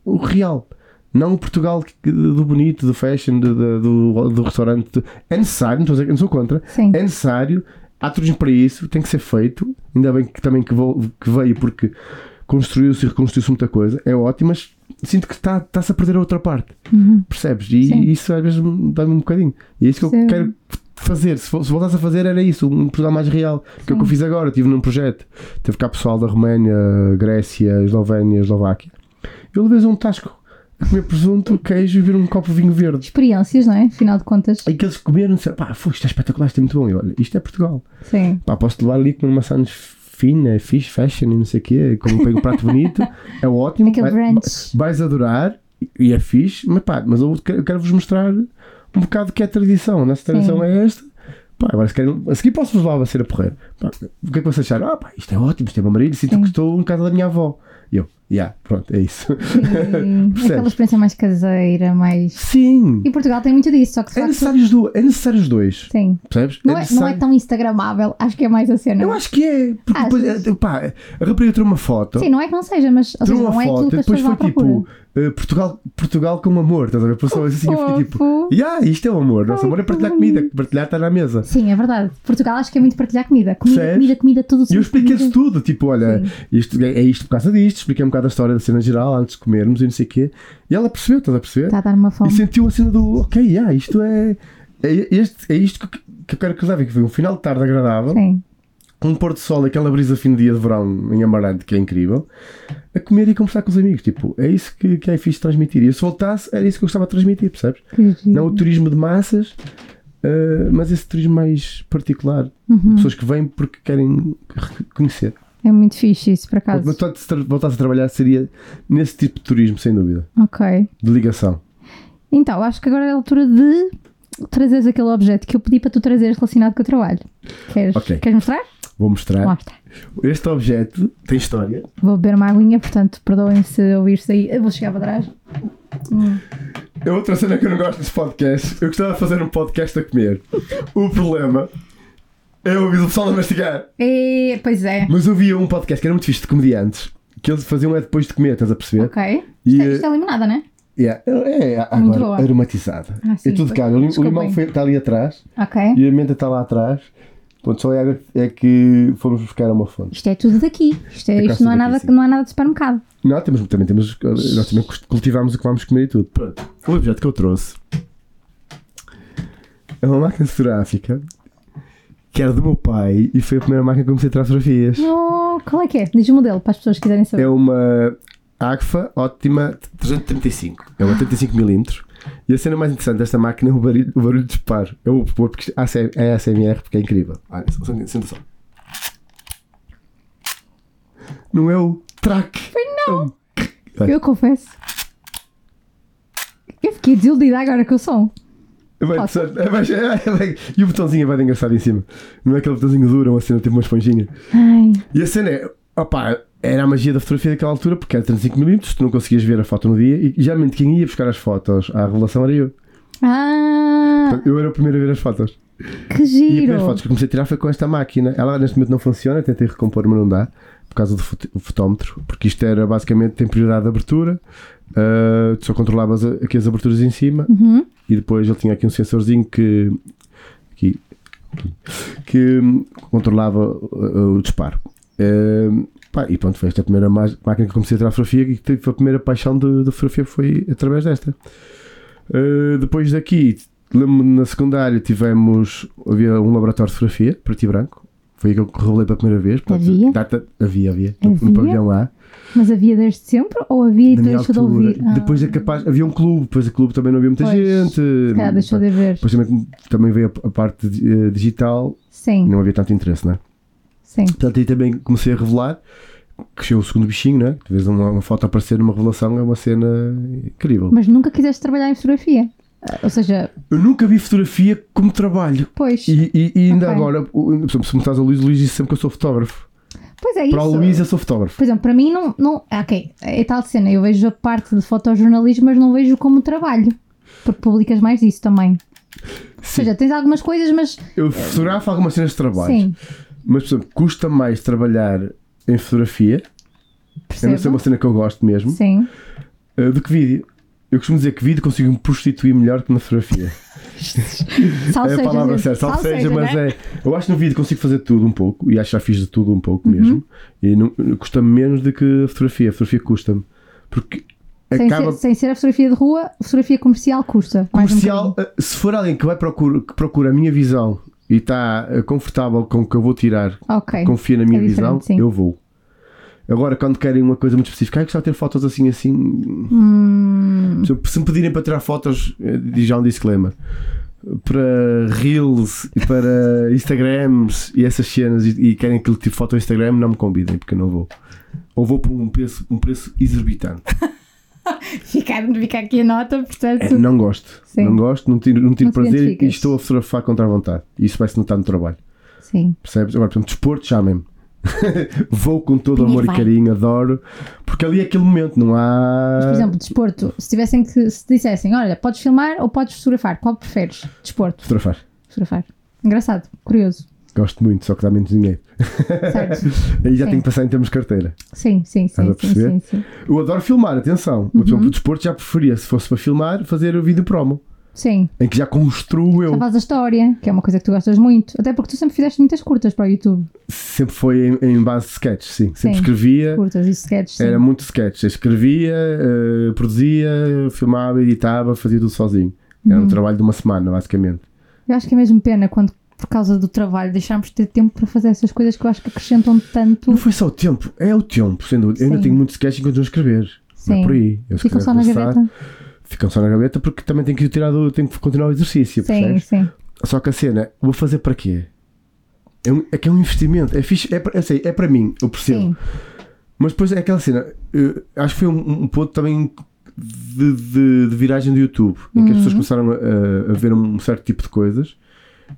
S2: o real. Não o Portugal que- do bonito, do fashion, do, do- do- do restaurante. É necessário, não, estou a dizer, que- não sou contra.
S1: Sim.
S2: É necessário, há turismo para isso, tem que ser feito. Ainda bem que também que, vo- que veio, porque construiu-se e reconstruiu-se muita coisa, é ótimo, mas sinto que está- está-se a perder a outra parte.
S1: Uhum.
S2: Percebes? E
S1: Sim.
S2: isso às vezes me- dá-me um bocadinho. E é isso que eu
S1: Sim.
S2: quero fazer. Se, fo- se voltasse a fazer, era isso, um Portugal mais real. Que é o que eu fiz agora. Estive num projeto, teve cá pessoal da Roménia, Grécia, Eslovénia, Eslováquia. Eu levei um tasco a comer presunto, queijo e vir um copo de vinho verde.
S1: Experiências, não é? Afinal de contas.
S2: E que eles comeram e disseram, pá, foi, isto é espetacular, isto é muito bom. E eu, olha, isto é Portugal.
S1: Sim.
S2: Pá, posso te levar ali comer maçãs fina, fixe, fashion e não sei o quê, como pego um prato bonito, é ótimo.
S1: Aquele
S2: vai-
S1: brunch.
S2: Vais adorar e é fixe, mas pá, mas eu que- eu quero-vos mostrar um bocado o que é a tradição. A nossa tradição é esta. Pá, agora se querem, a seguir posso-vos levar a ser a porrer. Pá, o que é que vocês acharam? Ah, pá, isto é ótimo, isto é meu marido, sinto
S1: Sim.
S2: que estou em casa da minha avó. E eu, yeah, pronto, é isso.
S1: Hum, Aquela
S2: Percebes?
S1: experiência mais caseira, mais.
S2: Sim!
S1: E Portugal tem muito disso, só que de
S2: É
S1: facto.
S2: necessário, os do- é necessário os dois,
S1: Sim.
S2: percebes?
S1: Não é, não é
S2: necessário-
S1: tão Ah, instagramável, acho que é mais a cena.
S2: Eu acho que é, porque
S1: Achas?
S2: depois, eh, pá, a rapariga tirou uma foto,
S1: Sim, não é que não seja, mas ou seja,
S2: tirou
S1: não
S2: uma
S1: é aquilo
S2: foto
S1: que
S2: e
S1: as
S2: depois
S1: pessoas vão
S2: foi
S1: à procura.
S2: tipo eh, Portugal, Portugal com amor, estás a ver? Passou assim, eu fiquei tipo,
S1: Fofo.
S2: Yeah, isto é o amor. Nosso
S1: Ai,
S2: amor é
S1: que
S2: partilhar
S1: bonito.
S2: comida. Partilhar está na mesa.
S1: Sim, é verdade. Portugal acho que é muito partilhar comida. Comida,
S2: Percebes?
S1: comida, comida, tudo
S2: E eu
S1: sobre comida.
S2: expliquei-lhes tudo. Tipo, olha, isto, é é isto por causa disto. Expliquei um bocado a história da cena geral antes de comermos e não sei o quê. E ela percebeu, estás a perceber?
S1: Está a dar uma
S2: E
S1: fome.
S2: sentiu a cena do, ok, yeah, isto é. É, este, é isto que, que eu quero que levem, que foi um final de tarde agradável,
S1: Sim.
S2: com um pôr do sol, aquela brisa fim de dia de verão em Amarante, que é incrível, a comer e conversar com os amigos. Tipo, é isso que, que é fixe transmitir. E se voltasse, era isso que eu gostava de transmitir, percebes?
S1: Que giro.
S2: Não o turismo de massas, eh, mas esse turismo mais particular.
S1: Uhum.
S2: Pessoas que vêm porque querem re- conhecer.
S1: É muito fixe isso, por acaso.
S2: Mas tu se tra- voltasse a trabalhar seria nesse tipo de turismo, sem dúvida.
S1: Ok.
S2: De ligação.
S1: Então, acho que agora é a altura de trazeres aquele objeto que eu pedi para tu trazeres relacionado com o trabalho. Queres,
S2: Ok. É.
S1: queres mostrar?
S2: Vou
S1: Lá
S2: mostrar.
S1: está.
S2: Este objeto tem história.
S1: Vou beber uma aguinha, portanto, perdoem se ouvir isso aí. Eu vou chegar para trás.
S2: É outra cena que eu não gosto desse podcast. Eu gostava de fazer um podcast a comer. O problema é ouvir o pessoal a mastigar.
S1: E, pois é.
S2: Mas eu via um podcast que era muito fixe de comediantes. Que eles faziam é depois de comer, estás a perceber?
S1: Ok.
S2: E, eh,
S1: Isto, é, isto é limonada, né?
S2: Yeah, É, é
S1: Muito
S2: agora
S1: boa.
S2: aromatizada.
S1: Ah, sim,
S2: é tudo
S1: pois.
S2: caro. O lim- O
S1: Desculpem.
S2: limão foi- está ali atrás
S1: Ok.
S2: e a menta está lá atrás. Portanto, só é água é que fomos buscar a uma fonte.
S1: Isto é tudo daqui. Isto, é-
S2: É
S1: isto não, há
S2: quase daqui,
S1: nada,
S2: sim.
S1: não há nada de supermercado.
S2: Não, temos, também temos. Nós também cust- cultivámos o que vamos comer e tudo. Pronto. O objeto que eu trouxe é uma máquina fotográfica que era do meu pai e foi a primeira máquina que eu comecei a tirar fotografias.
S1: Oh, qual é que é? Diz o modelo para as pessoas que quiserem saber.
S2: É uma Agfa Ótima 335. É uma 35mm. E a cena mais interessante desta máquina é o barulho, o barulho de disparo. É o porque isto é AS- é ASMR porque é incrível. Olha, só- só- senta só. Não é o track. não.
S1: Eu confesso. Eu fiquei desiludida agora com o som.
S2: É bem
S1: Posso?
S2: interessante. É bem- é bem- E o botãozinho é bem engraçado em cima. Não é aquele botãozinho duro, é uma cena tipo uma esponjinha.
S1: Ai,
S2: E a cena é, opá, era a magia da fotografia daquela altura, porque era 35mm, tu não conseguias ver a foto no dia, e geralmente quem ia buscar as fotos à revelação era eu.
S1: ah,
S2: Eu era o primeiro a ver as fotos.
S1: que
S2: E as
S1: giro!
S2: primeiras fotos que eu comecei a tirar foi com esta máquina. Ela neste momento não funciona, tentei recompor, mas não dá, por causa do fot- o fotómetro, porque isto era basicamente temporalidade de abertura, ah, tu só controlavas a- aqui as aberturas em cima,
S1: Uhum.
S2: e depois ele tinha aqui um sensorzinho que. aqui, que hum, controlava uh, uh, o disparo. Hum, pá, e pronto, foi esta a primeira ma- máquina que eu comecei a tirar fotografia e que teve- foi a primeira paixão de- da fotografia foi através desta. Uh, depois daqui, lembro-me na secundária tivemos. Havia um laboratório de fotografia, preto e branco. Foi aí que eu revelei pela primeira vez.
S1: Havia?
S2: data- havia, havia. no- No
S1: Havia?
S2: pavilhão lá
S1: Mas havia desde sempre ou havia e
S2: na
S1: tu
S2: minha
S1: deixou de
S2: altura.
S1: ouvir? Ah,
S2: Depois é capaz. Havia um clube, depois o clube também não havia muita
S1: Pois,
S2: gente.
S1: se calhar deixou de haver.
S2: Depois também, também veio a, a parte eh, digital,
S1: Sim,
S2: não havia tanto interesse, né?
S1: sim.
S2: Portanto, aí também comecei a revelar. Cresceu o segundo bichinho, né? De vez uma, uma foto aparecer numa revelação é uma cena incrível.
S1: Mas nunca quiseste trabalhar em fotografia. Ah, Ou seja,
S2: Eu nunca vi fotografia como trabalho.
S1: pois.
S2: E, e- e ainda
S1: Ok.
S2: agora, o- por exemplo, se me estás a Luís, o Luís disse sempre que eu sou fotógrafo.
S1: Pois é isso.
S2: Para o Luís, eu sou fotógrafo.
S1: Por exemplo, para mim não, não. ah, Ok, é tal cena. Eu vejo a parte de fotojornalismo, mas não vejo como trabalho. Porque publicas mais isso também. Ou seja, tens algumas coisas, mas.
S2: Eu fotografo algumas cenas de trabalho.
S1: Sim,
S2: Mas, por exemplo, custa mais trabalhar em fotografia, a não ser
S1: percebo.
S2: uma cena que eu gosto mesmo,
S1: Sim.
S2: eh, do que vídeo. Eu costumo dizer que vídeo consigo me prostituir melhor que na fotografia.
S1: Sal
S2: é a
S1: seja,
S2: palavra
S1: gente.
S2: certa, salve
S1: Sal
S2: seja,
S1: seja,
S2: mas
S1: né?
S2: é. Eu acho que no vídeo consigo fazer tudo um pouco, e acho que já fiz de tudo um
S1: Uhum.
S2: pouco mesmo, e não- custa-me menos do que a fotografia. A fotografia custa-me. Porque
S1: Sem,
S2: acaba.
S1: ser, sem ser a fotografia de rua, a fotografia comercial custa. mais um
S2: comercial,
S1: bocadinho.
S2: eh, se for alguém que, vai procura, que procura a minha visão e está eh, confortável com o que eu vou tirar,
S1: ok.
S2: confia na minha
S1: É diferente,
S2: visão,
S1: sim.
S2: eu vou. Agora, quando querem uma coisa muito específica, "Ah, eu gostava de ter fotos assim, assim.
S1: Hum.
S2: Se, eu- se me pedirem para tirar fotos, eh, diz já um disclaimer. Para Reels e para Instagrams e essas cenas e, e querem aquele tipo de foto no Instagram, não me convidem, porque eu não vou. Ou vou por um preço, um preço exorbitante.
S1: Fica, fica aqui a nota, portanto.
S2: É, não gosto.
S1: Sim.
S2: Não gosto, não tiro, não tiro
S1: Não te
S2: prazer e
S1: identificas.
S2: estou a fotografar contra a vontade. E isso vai-se notar no trabalho.
S1: Sim.
S2: Percebes? Agora, por exemplo, desporto, chamem-me. Vou com todo
S1: Pinheiro
S2: amor e
S1: vai.
S2: carinho, adoro. Porque ali é aquele momento, não há.
S1: Mas, por exemplo, desporto, se tivessem que se dissessem, olha, podes filmar ou podes fotografar, qual preferes? Desporto,
S2: Fotografar.
S1: fotografar. Engraçado, curioso.
S2: Gosto muito, só que dá menos dinheiro.
S1: Certo?
S2: Aí já
S1: Sim.
S2: tenho que passar em termos de carteira.
S1: Sim, sim,
S2: Estás
S1: sim,
S2: a
S1: sim, sim,
S2: perceber?
S1: sim.
S2: Eu adoro filmar, atenção.
S1: Uhum.
S2: Mas, por exemplo, o desporto já preferia, se fosse para filmar, fazer o vídeo promo.
S1: Sim.
S2: Em que já construo eu.
S1: Já faz a história, que é uma coisa que tu gostas muito. Até porque tu sempre fizeste muitas curtas para o YouTube.
S2: Sempre foi em, em base de sketch, sim. Sempre
S1: Sim.
S2: escrevia.
S1: Curtas e sketches. sim.
S2: Era muito sketch. Eu escrevia, eh, produzia, filmava, editava, fazia tudo sozinho. Era
S1: Uhum.
S2: um trabalho de uma semana, basicamente.
S1: Eu acho que é mesmo pena quando, por causa do trabalho, deixarmos de ter tempo para fazer essas coisas que eu acho que acrescentam tanto.
S2: Não foi só o tempo, é o tempo, sem dúvida. Eu ainda
S1: Sim.
S2: tenho muito sketch e continuo a escrever. Não
S1: Sim.
S2: é por aí. Eu, se
S1: Ficam
S2: quiser
S1: só na
S2: começar,
S1: gaveta.
S2: Ficam só na gaveta porque também tenho que o tirar do, tenho que continuar o exercício,
S1: Sim,
S2: tipo, percebes?
S1: sim.
S2: Só que a cena, vou fazer para quê? É, um- é que é um investimento, é fixe, é, para- eu sei, é para mim, eu percebo.
S1: Sim.
S2: Mas depois é aquela cena, eu acho que foi um, um ponto também de, de- de viragem do YouTube, em que as pessoas começaram a, a ver um certo tipo de coisas,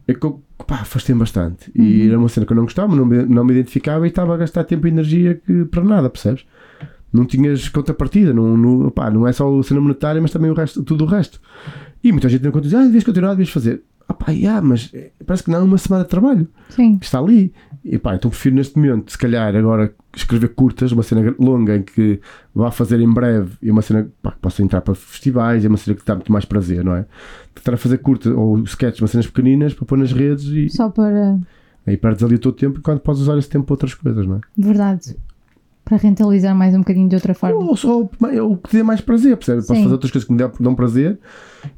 S2: é que eu pá, afastei bastante. E era uma cena que eu não gostava, não me, não me identificava e estava a gastar tempo e energia que, para nada, percebes? Não tinhas contrapartida, não, não, pá, não é só a cena monetária, mas também o resto, tudo o resto. E muita gente não continua, ah, devias continuar, devias fazer. Ah, pá, yeah, mas eh, parece que não é uma semana de trabalho
S1: Sim.
S2: que está ali. E pá, então prefiro neste momento, se calhar, agora escrever curtas, uma cena longa em que vá fazer em breve e uma cena pá, que possa entrar para festivais, é uma cena que dá muito mais prazer, não é? Tentar fazer curtas ou sketches, umas cenas pequeninas para pôr nas redes e
S1: Só para.
S2: aí perdes ali o teu tempo enquanto podes usar esse tempo para outras coisas, não é?
S1: Verdade. Para rentabilizar mais um bocadinho de outra forma.
S2: Ou só é o que te dê mais prazer, percebe? Posso
S1: Sim.
S2: fazer outras coisas que me dão- dão prazer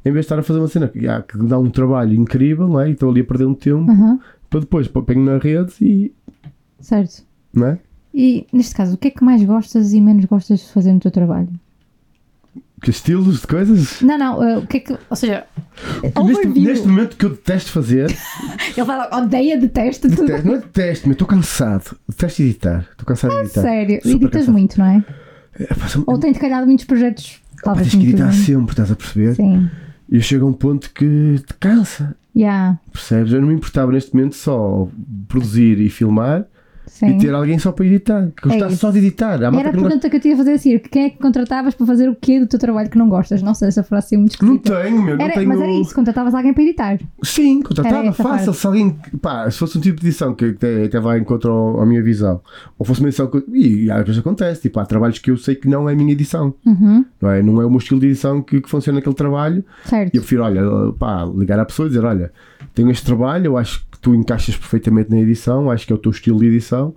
S2: em vez de estar a fazer uma cena que, ah, que dá um trabalho incrível, não é? E estou ali a perder um tempo
S1: Aham,
S2: para depois pô, pego na rede e.
S1: certo.
S2: Não é?
S1: E neste caso, o que é que mais gostas e menos gostas de fazer no teu trabalho?
S2: Que estilos de coisas?
S1: Não, não, eh, o que é que. Ou seja,
S2: Neste,
S1: overview.
S2: neste momento que eu detesto fazer,
S1: Ele vai logo, odeia, detesta tudo.
S2: detesto- não é detesto, mas estou cansado. Detesto editar. Estou cansado de editar.
S1: Ah, Sério,
S2: Super
S1: editas
S2: cansado.
S1: muito, não é?
S2: É, pá, são-
S1: Ou tem-te calhado muitos projetos.
S2: pá,
S1: Talvez
S2: tens que
S1: muito
S2: editar
S1: bem.
S2: sempre, estás a perceber?
S1: Sim.
S2: E eu chego a um ponto que te cansa,
S1: Yeah,
S2: percebes? Eu não me importava neste momento só produzir e filmar
S1: sim.
S2: e ter alguém só para editar. Que
S1: É
S2: gostasse
S1: isso.
S2: só de editar. Há
S1: Era
S2: malta
S1: a
S2: que não gosta.
S1: pergunta que eu tinha a fazer a seguir. Quem é que contratavas para fazer o quê do teu trabalho que não gostas? Não sei, essa frase assim muito
S2: Não
S1: esquisita.
S2: tenho, meu, não
S1: Era-
S2: tenho.
S1: Mas era isso, contratavas alguém para editar.
S2: Sim,
S1: Era
S2: contratava,
S1: essa
S2: fácil.
S1: parte.
S2: Se alguém, pá, se fosse um tipo de edição que até, até vai em contra ao- à minha visão, ou fosse uma edição que. E às vezes acontece, tipo, há trabalhos que eu sei que não é a minha edição.
S1: Uhum,
S2: não é? Não é o meu estilo de edição que, que funciona aquele trabalho.
S1: certo.
S2: E eu prefiro, olha, pá, ligar à pessoa e dizer: olha, tenho este trabalho, eu acho que tu encaixas perfeitamente na edição, acho que é o teu estilo de edição,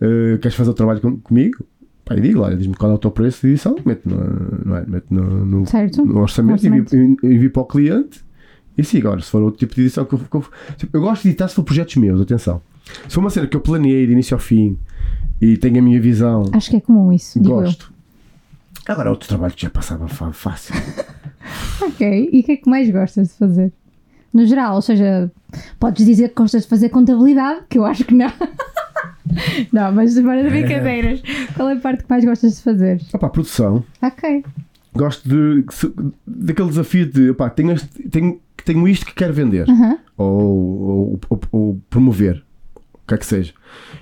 S2: eh, queres fazer o trabalho com- comigo? Pá, e digo, olha, diz-me qual é o teu preço de edição, mete no, não é? mete no, no-
S1: Certo.
S2: no orçamento, e
S1: Orçamento.
S2: envio- e envio para o cliente. E sim, agora, se for outro tipo de edição que eu, que eu- tipo, eu gosto de editar se for projetos meus, atenção. Se for uma cena que eu planeei de início ao fim e tenho a minha visão,
S1: Acho que é comum isso, digo
S2: gosto. Agora, outro trabalho que já passava fa- fácil.
S1: eu. Ok, e o que é que mais gostas de fazer? No geral, ou seja, podes dizer que gostas de fazer contabilidade, que eu acho que não. não, mas para de brincadeiras, qual é a parte que mais gostas de fazer?
S2: Opa, produção.
S1: Ok,
S2: Gosto de, se- daquele desafio de opá, tenho, este- tenho, tenho isto que quero vender
S1: aham,
S2: ou, ou- ou- ou promover, o que é que seja.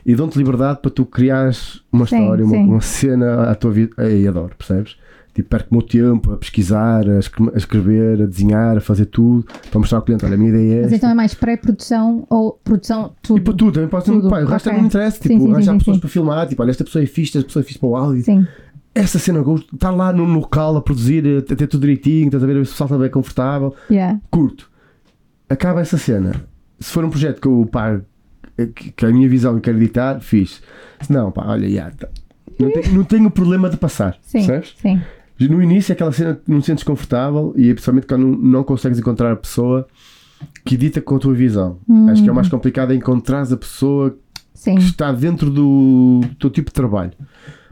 S2: E dão-te liberdade para tu criares uma
S1: Sim,
S2: história, uma,
S1: sim.
S2: uma cena à tua vida. Aí adoro, percebes? Tipo, perco o meu tempo a pesquisar, a, escre- a escrever, a desenhar, a fazer tudo, para mostrar ao cliente, olha, a minha ideia é
S1: mas
S2: esta.
S1: então é mais pré-produção ou produção
S2: E para
S1: tudo?
S2: tudo, também pode ser
S1: Tudo,
S2: pá, o resto
S1: ok.
S2: não me interessa,
S1: Sim, sim,
S2: tipo, arranjar
S1: sim,
S2: pessoas
S1: sim.
S2: para filmar, tipo, olha, esta pessoa é fixe, esta pessoa é fixe para o áudio,
S1: Sim,
S2: essa cena gosto, estar lá no local a produzir, a ter tudo direitinho, estás a ver, o pessoal está bem confortável,
S1: yeah,
S2: curto. Acaba essa cena. Se for um projeto que eu pá, que, que é a minha visão e quero editar, fiz. Se não, pá, olha, já, tá. não, te- não tenho problema de passar,
S1: sim,
S2: percebes?
S1: sim,
S2: No início é aquela cena que não te sentes confortável e é principalmente quando não, não consegues encontrar a pessoa que edita com a tua visão. Acho que é o mais complicado é encontrares a pessoa
S1: Sim.
S2: que está dentro do, do teu tipo de trabalho.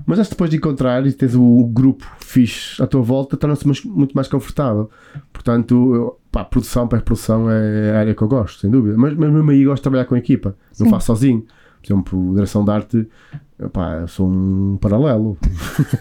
S2: Mas acho que depois de encontrar e tens o, o grupo fixe à tua volta, torna-se mas- muito mais confortável. Portanto, eu, pá, produção, pré-produção é a área que eu gosto, sem dúvida. Mas, mas mesmo aí gosto de trabalhar com a equipa,
S1: Sim.
S2: não faço sozinho. Por exemplo, direção de arte, eu, pá, eu sou um paralelo.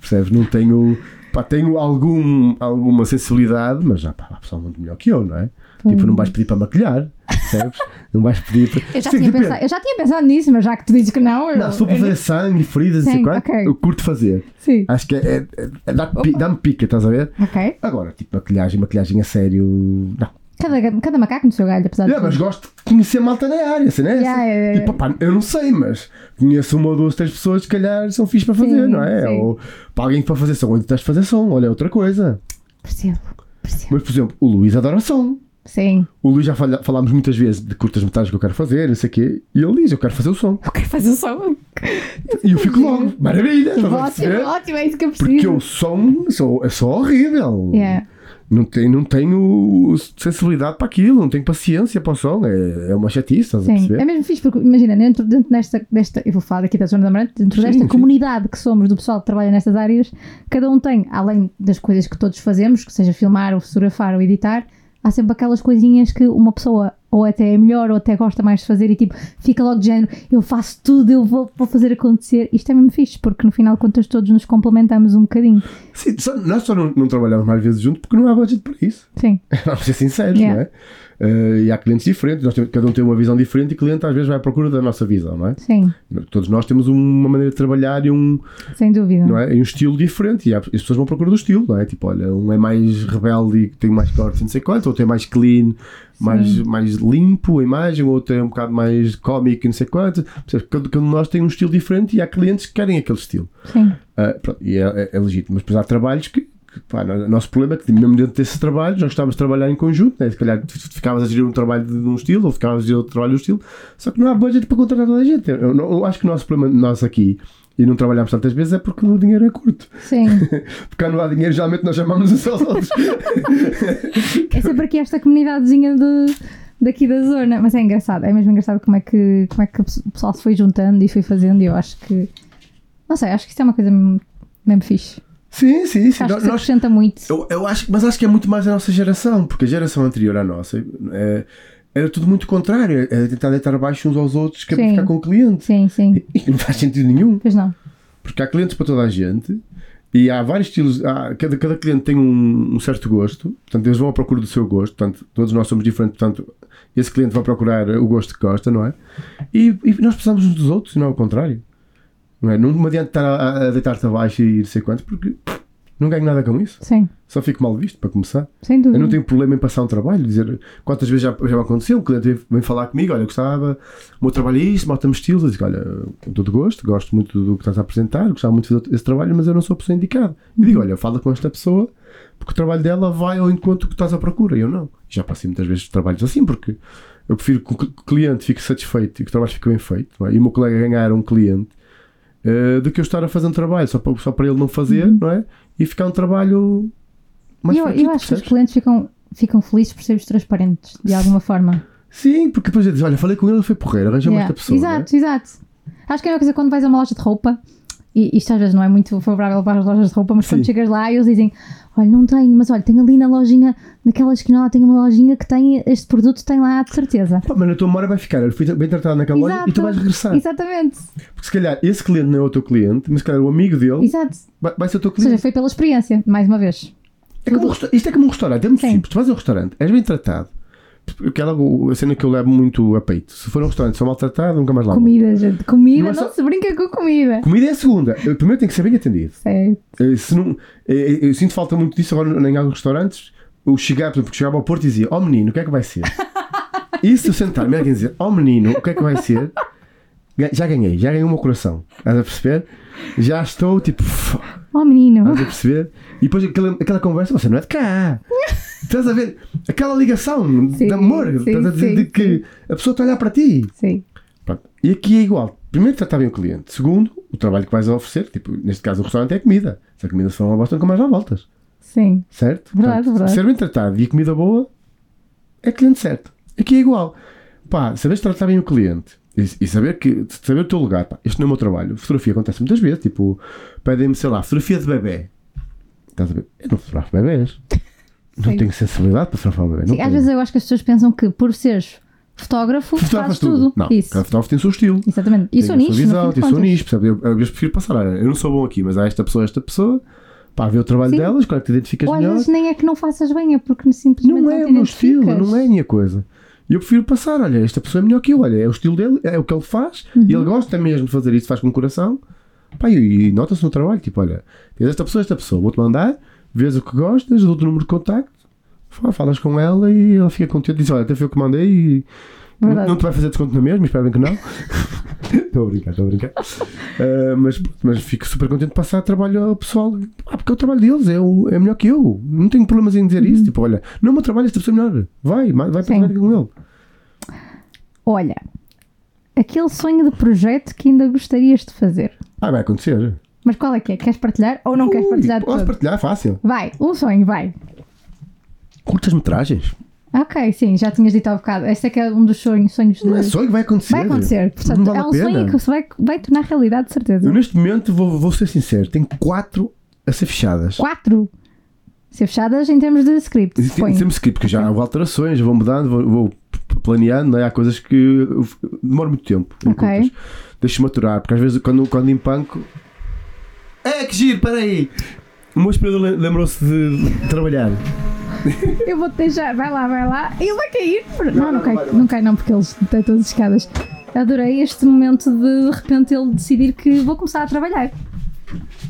S2: Percebes? Não tenho. Pá, tenho algum, alguma sensibilidade, mas já pá, há pessoal muito melhor que eu, não é? Tipo, não vais pedir para maquilhar, percebes? não vais pedir para.
S1: Eu já,
S2: Sim,
S1: tinha
S2: depende.
S1: pensado, eu já tinha pensado nisso, mas já que tu dizes que não, eu,
S2: Não, se for para
S1: eu-
S2: fazer sangue, feridas,
S1: Sim,
S2: assim, quanto,
S1: ok.
S2: eu curto fazer.
S1: Sim.
S2: Acho que é, é, é- dá-me pi- dá-me pica, estás a ver?
S1: Ok.
S2: Agora, tipo, maquilhagem, maquilhagem a sério. Não.
S1: Cada, cada macaco no seu galho, apesar
S2: Yeah,
S1: de
S2: mas
S1: tudo.
S2: gosto de conhecer malta na área, assim, né?
S1: Yeah, yeah, yeah.
S2: Tipo, pá, eu não sei, mas conheço uma ou duas, três pessoas que, se calhar, são fixe para fazer,
S1: Sim,
S2: não é?
S1: sim.
S2: Ou para alguém que para fazer som, onde estás a fazer som, olha, é outra coisa.
S1: Percebo, percebo.
S2: Mas, por exemplo, o Luís adora som.
S1: Sim.
S2: O Luís já falha- falámos muitas vezes de curtas metragens que eu quero fazer, não sei o quê, e ele diz: Eu quero fazer o som.
S1: Eu quero fazer um o som.
S2: E eu fico logo, maravilha, estás a
S1: Ótimo,
S2: perceber?
S1: ótimo, é isso que eu preciso.
S2: Porque eu som sou, eu sou horrível.
S1: Yeah.
S2: Não, tenho, não tenho sensibilidade para aquilo, não tenho paciência para o som. É, é uma chatice, estás a
S1: Sim,
S2: perceber?
S1: é mesmo fixe, porque imagina, dentro, dentro desta, desta, eu vou falar daqui da Zona da Amarante, dentro
S2: Sim,
S1: desta
S2: sim.
S1: comunidade que somos, do pessoal que trabalha nestas áreas, cada um tem, além das coisas que todos fazemos, que seja filmar, ou fotografar, ou editar, há sempre aquelas coisinhas que uma pessoa ou até é melhor, ou até gosta mais de fazer, e tipo, fica logo de género, eu faço tudo, eu vou, vou fazer acontecer. Isto é mesmo fixe, porque no final de contas todos nos complementamos um bocadinho.
S2: Sim, só- nós só não, não trabalhamos mais vezes juntos porque não há budget para isso.
S1: Sim,
S2: Vamos ser sinceros,
S1: Yeah.
S2: não é? Eh, e há clientes diferentes, nós temos- cada um tem uma visão diferente e o cliente às vezes vai à procura da nossa visão, não é?
S1: sim,
S2: Todos nós temos uma maneira de trabalhar e um,
S1: sem dúvida.
S2: não é? E um estilo diferente. E há- as pessoas vão procurar do estilo, não é? Tipo, olha, um é mais rebelde e tem mais cortes e não sei quanto, outro é mais clean, mais, mais limpo a imagem, outro é um bocado mais cómico e não sei quanto. Percebes? Cada, cada um de nós tem um estilo diferente e há clientes que querem aquele estilo.
S1: Sim,
S2: Ah, pronto, e é, é- é legítimo. Mas depois há trabalhos que. que, pá, o nosso problema é que, mesmo dentro desses trabalhos, nós estávamos a trabalhar em conjunto. Né? Se calhar tu- tu ficavas a gerir um trabalho de um estilo, ou ficavas a gerir outro trabalho de um estilo, só que não há budget para contratar toda a gente. Eu, não- eu acho que o nosso problema, nós aqui, e não trabalhamos tantas vezes, é porque o dinheiro é curto.
S1: sim.
S2: Porque quando não há dinheiro, geralmente nós chamamos uns aos outros.
S1: É sempre aqui esta comunidadezinha de, daqui da zona. Mas é engraçado, é mesmo engraçado como é, que, como é que o pessoal se foi juntando e foi fazendo. E eu acho que. Não sei, acho que isto é uma coisa mesmo, mesmo fixe.
S2: sim, sim, sim.
S1: acho que
S2: Nós,
S1: se
S2: nós-
S1: acrescenta muito.
S2: eu, eu acho, mas acho que é muito mais a nossa geração, porque a geração anterior à nossa eh, era tudo muito contrário. Era tentar deitar abaixo uns aos outros que é para
S1: Sim.
S2: ficar com o cliente.
S1: Sim, sim.
S2: E não faz sentido nenhum.
S1: Pois não.
S2: Porque há clientes para toda a gente e há vários estilos. há- cada, cada cliente tem um, um certo gosto, portanto, eles vão à procura do seu gosto. Portanto, todos nós somos diferentes, portanto, esse cliente vai procurar o gosto que gosta, não é? E, e nós precisamos uns dos outros, e não ao contrário. Não, é? não me adianta estar a, a deitar-te abaixo e não sei quanto, porque pff, não ganho nada com isso.
S1: Sim,
S2: Só fico mal visto, para começar.
S1: sem
S2: Eu não
S1: dúvida.
S2: tenho problema em passar um trabalho, dizer quantas vezes já, já me aconteceu, um cliente vem- vem falar comigo, olha, eu gostava, o meu trabalho é isto, mostra-me estilo, eu digo, olha, com todo gosto, gosto muito do que estás a apresentar, gostava muito de fazer esse trabalho, mas eu não sou a pessoa indicada. E digo, olha, fala com esta pessoa, porque o trabalho dela vai ao encontro que estás à procura, e eu não. Já passei muitas vezes trabalhos assim, porque eu prefiro que o cl- cliente fique satisfeito e que o trabalho fique bem feito, não é? e o meu colega ganhar um cliente, eh, do que eu estar a fazer um trabalho só para, só para ele não fazer, não é? E ficar um trabalho mais
S1: E Uhum. eu,
S2: fraquito,
S1: eu acho que os
S2: percebes?
S1: clientes ficam, ficam felizes por sermos transparentes, de alguma forma.
S2: Sim, porque depois ele diz: Olha, falei com ele, ele foi porreiro, arranjamos
S1: Yeah.
S2: esta pessoa. né?
S1: Exato, exato. Acho que é uma coisa quando vais a uma loja de roupa, e isto às vezes não é muito favorável para as lojas de roupa, mas quando
S2: Sim.
S1: chegas lá e eles dizem: Olha, não tenho, mas olha, tem ali na lojinha, naquela esquina lá, tem uma lojinha que tem este produto, tem lá de certeza.
S2: Pá, mas na tua memória vai ficar. Eu fui bem tratado naquela loja e tu
S1: Exato.
S2: vais regressar.
S1: Exatamente,
S2: Porque se calhar esse cliente não é o teu cliente, mas se calhar o amigo dele
S1: exato.
S2: vai, vai ser o teu
S1: Ou seja,
S2: cliente.
S1: foi pela experiência, mais uma vez.
S2: É como um resta- isto é como um restaurante, é muito
S1: Sim.
S2: simples. Tu vais a um restaurante, és bem tratado. Eu quero logo a cena que eu levo muito a peito. Se for a um restaurante, sou maltratado, nunca mais lá. vou.
S1: Comida, gente, comida,
S2: Tá Não
S1: não,
S2: é só-
S1: se brinca com comida.
S2: Comida é a segunda. Eu primeiro tenho que ser bem atendido.
S1: Certo.
S2: Eh, se não, eh, eu sinto falta muito disso agora em alguns restaurantes. Eu chegar, por exemplo, que chegava ao Porto e dizia: Ó menino, o que é que vai ser? E se eu sentar-me alguém dizer: Ó menino, o que é que vai ser? Ga- Já ganhei, já ganhei o meu coração. Estás a perceber? Já estou tipo. "F-
S1: Oh menino,
S2: Estás a perceber? E depois aquela, aquela conversa, você não é de cá. Estás a ver? Aquela ligação
S1: Sim,
S2: de amor.
S1: sim,
S2: estás a dizer
S1: sim,
S2: de que a pessoa está a olhar para ti.
S1: sim,
S2: Pronto. E aqui é igual. Primeiro, tratar bem o cliente. Segundo, o trabalho que vais a oferecer. Tipo, neste caso, o restaurante é a comida. Se a comida for uma bosta, nunca mais dá voltas.
S1: sim,
S2: Certo?
S1: Verdade, verdade.
S2: Ser bem tratado e a comida boa é cliente certo. Aqui é igual. Pá, sabes tratar bem o cliente E, e saber, que, saber o teu lugar. Pá, este não é o meu trabalho. Fotografia acontece muitas vezes. Tipo, pedem-me, sei lá, fotografia de bebê. Estás a ver? Eu não fotografo bebés. Não
S1: Sim.
S2: tenho sensibilidade para fotografar um bebê. não
S1: Sim, às
S2: tenho.
S1: vezes eu acho que as pessoas pensam que por seres fotógrafo fazes
S2: Fotografas
S1: tudo.
S2: é Não,
S1: Isso.
S2: cada fotógrafo tem o seu estilo.
S1: Exatamente. E
S2: Tem a sua
S1: sonistas.
S2: visão, tem o seu nicho, percebe? Eu, eu, às vezes prefiro passar. olha, Eu não sou bom aqui, mas há esta pessoa, esta pessoa. Pá, vê o trabalho
S1: Sim.
S2: delas, claro que te identificas
S1: Ou às
S2: melhor.
S1: vezes nem é que não faças bem, é porque simplesmente
S2: Não
S1: não,
S2: é
S1: te
S2: o meu estilo,
S1: identificas.
S2: não é a minha coisa. E eu prefiro passar, olha, esta pessoa é melhor que eu, olha, é o estilo dele, é o que ele faz,
S1: Uhum.
S2: e ele gosta mesmo de fazer isso, faz com o coração. Pá, e, e nota-se no trabalho, tipo, olha, tens esta pessoa, esta pessoa, vou-te mandar, vês o que gostas, dou-te o número de contacto, fa- falas com ela e ela fica contente, diz, olha, até foi eu que mandei e
S1: Verdade.
S2: não te vai fazer desconto na mesma, espero bem que não. Estou a brincar, estou a brincar. Ah, mas, pronto, mas fico super contente de passar trabalho ao pessoal. Ah, porque é o trabalho deles, é, o- é melhor que eu. Não tenho problemas em dizer isso. Tipo, olha, não é o meu trabalho, esta pessoa é melhor. Vai, ma-
S1: Uhum.
S2: vai
S1: Sim.
S2: para trabalhar com ele.
S1: Olha, aquele sonho de projeto que ainda gostarias de fazer.
S2: Ah, vai acontecer.
S1: Mas qual é que é? Queres partilhar ou não queres
S2: Ui,
S1: partilhar de
S2: Posso
S1: todo?
S2: partilhar, fácil.
S1: Vai, um sonho, vai.
S2: Curtas metragens.
S1: Ok, sim, já tinhas dito há bocado. Este é que é um dos sonhos, sonhos de...
S2: Não é sonho, vai acontecer.
S1: Vai acontecer. Portanto,
S2: não vale
S1: é um
S2: a pena.
S1: sonho que se vai, vai tornar realidade, de certeza.
S2: Eu neste momento vou, vou ser sincero, tenho quatro a ser fechadas.
S1: Quatro. Ser fechadas em termos de script.
S2: Tem-
S1: suponho.
S2: é Sempre script, porque já houve alterações, vou mudando, vou, vou p- planeando, não é? há coisas que eu f- demoro muito tempo. em
S1: Ok.
S2: curtas. Deixo maturar, porque às vezes quando, quando empanco. É que giro, peraí! O meu espelho lem- lembrou-se de trabalhar.
S1: Eu vou te deixar, vai lá, vai lá. Ele vai cair. Não, não,
S2: não,
S1: cai,
S2: vai, vai.
S1: não cai não, porque eles têm todas as escadas. Adorei este momento de de repente ele decidir que vou começar a trabalhar.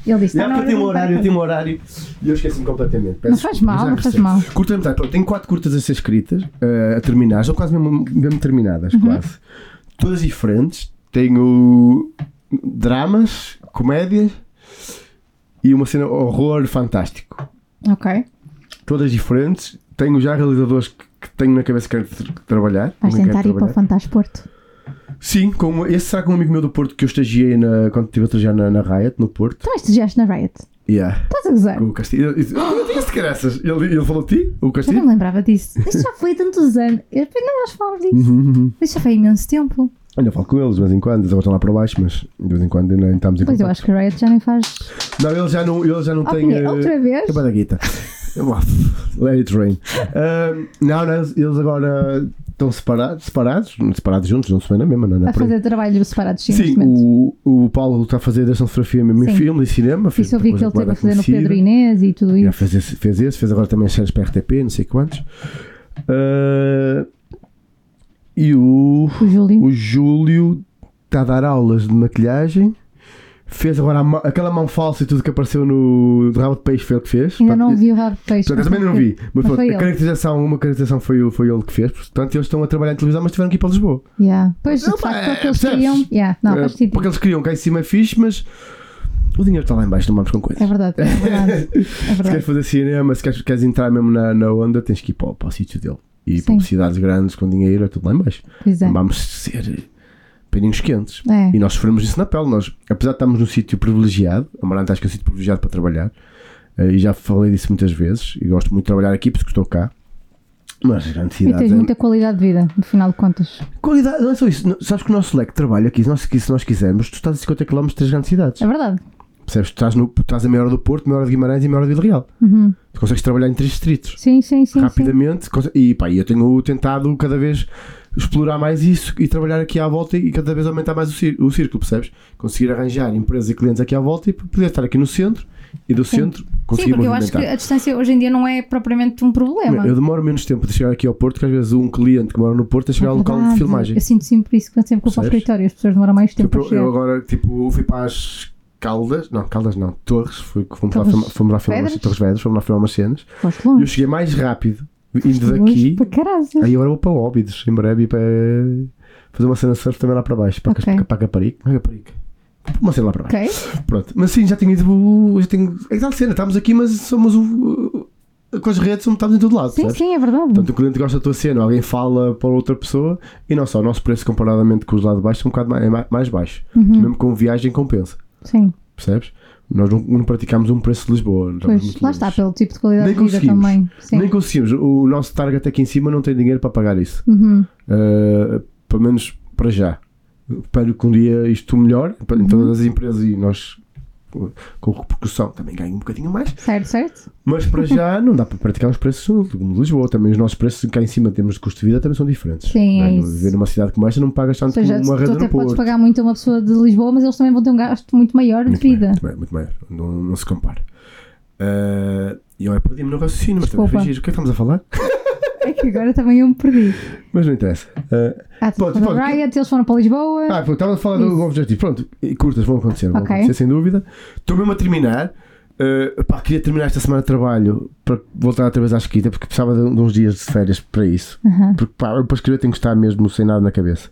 S1: Ele disse:
S2: Já
S1: "Tá na
S2: porque eu
S1: hora
S2: tenho
S1: de
S2: um
S1: voltar a
S2: horário, eu
S1: fazer."
S2: tenho um horário e eu esqueci-me completamente. Peço
S1: Não faz
S2: desculpa,
S1: mal,
S2: já
S1: não faz
S2: percebo.
S1: mal.
S2: Curta metade, pronto, tá, tenho quatro curtas a ser escritas, eh, a terminar, são quase mesmo, mesmo
S1: Uhum.
S2: terminadas, quase. Todas diferentes. Tenho dramas, comédias e uma cena horror fantástico um-
S1: Ok.
S2: todas diferentes. Tenho já realizadores que, que tenho na cabeça que quero tra- trabalhar.
S1: Vais
S2: com quem
S1: tentar
S2: quero
S1: ir para o
S2: é trabalhar.
S1: Fantasporto.
S2: Sim, com, esse será com um amigo meu do Porto que eu estagiei na, quando estive a trabalhar na, na Riot, no Porto.
S1: Então estagiaste na Riot.
S2: Yeah.
S1: Estás a gozar?
S2: Com o Castilho. Ele disse, "Oh, eu tinha esse caraças. Ele, ele falou de ti? O
S1: Eu não
S2: Castilho?
S1: me lembrava disso. Isto já foi há tantos anos. Eu não nós falamos disso.
S2: Uhum, uhum.
S1: Isto já foi há imenso tempo.
S2: Ainda falo com eles de vez em quando, eles agora estão lá para baixo, mas de vez em quando ainda estamos em
S1: Pois eu
S2: contacto.
S1: acho que a Riot já nem faz.
S2: Não, ele já não, ele já não
S1: Ah,
S2: tem.
S1: tinha-
S2: eh,
S1: outra vez?
S2: Acaba da guita. Let it rain. Ahm, não, não, eles agora estão separados, separados, separados juntos, não se vê na mesma, não é?
S1: A
S2: Por aí.
S1: fazer trabalho separado, sim.
S2: Sim, o, o Paulo está a fazer direção de fotografia mesmo
S1: Sim.
S2: em filme e cinema. Fez
S1: Isso eu vi
S2: muita
S1: que ele
S2: coisa
S1: teve a
S2: bué
S1: fazer no
S2: conhecida.
S1: Pedro Inês e tudo
S2: Já
S1: isso.
S2: fez esse, fez esse, fez agora também séries para RTP, não sei quantos. Ah, e o,
S1: O Júlio.
S2: o Júlio está a dar aulas de maquilhagem. Fez agora a mão- aquela mão falsa e tudo que apareceu no de Rabo de Peixe foi ele que fez.
S1: Ainda não
S2: Portanto,
S1: vi o Rabo de Peixe.
S2: Portanto, eu também não vi. Mas,
S1: Mas
S2: pronto,
S1: foi
S2: a
S1: ele.
S2: caracterização, uma caracterização foi, o- foi ele que fez. Portanto, eles estão a trabalhar em televisão, mas tiveram que ir para Lisboa.
S1: Yeah. Pois, de
S2: Não, pá,
S1: facto, é o que eles
S2: percebes?
S1: queriam. Yeah. Não,
S2: Eh,
S1: faz sentido.
S2: porque eles queriam cá em cima é fixe, mas o dinheiro está lá em baixo, não vamos com coisas.
S1: É verdade, é verdade. É
S2: se queres
S1: verdade.
S2: fazer cinema, se queres, queres entrar mesmo na, na onda, tens que ir para, o- para o sítio dele. E
S1: Sim.
S2: publicidades grandes com dinheiro é tudo lá em baixo.
S1: Pois é.
S2: Vamos ser peninhos quentes.
S1: É.
S2: E nós sofremos isso na pele. Nós, apesar de estarmos num sítio privilegiado, Amarante acho que é um sítio privilegiado para trabalhar, eh, e já falei disso muitas vezes, e gosto muito de trabalhar aqui porque estou cá. Mas as grandes
S1: E
S2: cidades.
S1: tens
S2: é-
S1: muita qualidade de vida, no final de contas.
S2: Qualidade, não é só isso. Não- Sabes que o nosso leque de trabalho aqui, se nós, se nós quisermos, tu estás a 50 km das grandes cidades.
S1: É verdade.
S2: Percebes? Tu estás, no, tu estás a meia hora do Porto, meia hora de Guimarães e meia hora de Vila Real.
S1: Uhum.
S2: Tu consegues trabalhar em três distritos.
S1: Sim, sim, sim. sim.
S2: rapidamente. conse- E pá, eu tenho tentado cada vez explorar mais isso e trabalhar aqui à volta e cada vez aumentar mais o, cir- o círculo, percebes? Conseguir arranjar empresas e clientes aqui à volta e poder estar aqui no centro e do centro
S1: Sim,
S2: conseguir
S1: porque eu acho que
S2: movimentar.
S1: a distância hoje em dia não é propriamente um problema.
S2: Eu demoro menos tempo de chegar aqui ao Porto que às vezes um cliente que mora no Porto a chegar ao local de
S1: É Verdade.
S2: filmagem.
S1: Eu sinto sempre isso quando sempre vou para o
S2: Percebes?
S1: escritório. As pessoas demoram mais tempo é
S2: Tipo,
S1: para
S2: eu,
S1: chegar.
S2: eu agora tipo, fui para as Caldas, não, Caldas não, Torres, fui, fomos, lá
S1: Torres
S2: filmar- fomos lá filmar umas-
S1: Vedras? Ah.
S2: Torres Vedras, fomos lá filmar umas cenas.
S1: Foste
S2: E eu
S1: longe.
S2: cheguei mais rápido indo
S1: foste
S2: daqui.
S1: longe Para caralho.
S2: Aí agora vou para Óbidos, em breve, e para fazer uma cena de surf também lá para baixo, para,
S1: Ok.
S2: Cas- para Caparica. Não é Caparica. Uma cena lá para baixo.
S1: Ok.
S2: Pronto. Mas sim, já tenho ido. Já tenho... É que tal cena, estamos aqui, mas somos. o- Com as redes, somos- estamos em todo lado.
S1: Sim,
S2: percebes?
S1: sim, é verdade.
S2: Portanto, o cliente gosta da tua cena, alguém fala para outra pessoa e não só, o nosso preço comparadamente com os lá de baixo é um bocado mais, é ma- mais baixo.
S1: Uhum.
S2: Mesmo com viagem compensa,
S1: Sim.
S2: percebes? Nós não, não praticamos um preço de Lisboa. não estamos
S1: Pois,
S2: muito
S1: lá
S2: longe.
S1: está, pelo tipo de qualidade
S2: Nem
S1: de vida
S2: conseguimos.
S1: também. Sim.
S2: Nem conseguimos, o nosso target aqui em cima não tem dinheiro para pagar isso.
S1: Uhum.
S2: Uh, pelo menos Ah, para já. Espero que um dia isto melhore para em
S1: Uhum.
S2: todas as empresas e nós com- com repercussão também ganho um bocadinho mais.
S1: Certo, certo?
S2: Mas para já não dá para praticar os preços como de Lisboa. Também os nossos preços cá em cima em termos de custo de vida também são diferentes.
S1: Sim,
S2: não
S1: é
S2: Não
S1: isso.
S2: Viver numa cidade como esta não pagas
S1: Ou
S2: tanto
S1: seja,
S2: como uma
S1: tu
S2: rede
S1: até
S2: no
S1: podes
S2: Porto.
S1: pagar muito a uma pessoa de Lisboa, mas eles também vão ter um gasto muito maior de
S2: muito, maior,
S1: vida.
S2: muito maior, muito maior. Não, não se compara. Ah, E eu é perdi-me no raciocínio, mas também foi
S1: Desculpa.
S2: giro. O que é que estamos a falar?
S1: É que agora também eu me perdi.
S2: Mas não interessa. Ah,
S1: Ah, tu
S2: Pode,
S1: foste
S2: pode.
S1: para Riot, eles foram para Lisboa.
S2: Ah, pronto, estava a falar do
S1: Isso.
S2: objetivo. Pronto, e curtas vão acontecer, vão
S1: Ok.
S2: acontecer sem dúvida. Estou mesmo a terminar. Uh, pá, queria terminar esta semana de trabalho para voltar outra vez à escrita, porque precisava de, um, de uns dias de férias para isso.
S1: Aham.
S2: Porque pá, eu para escrever tenho que estar mesmo sem nada na cabeça.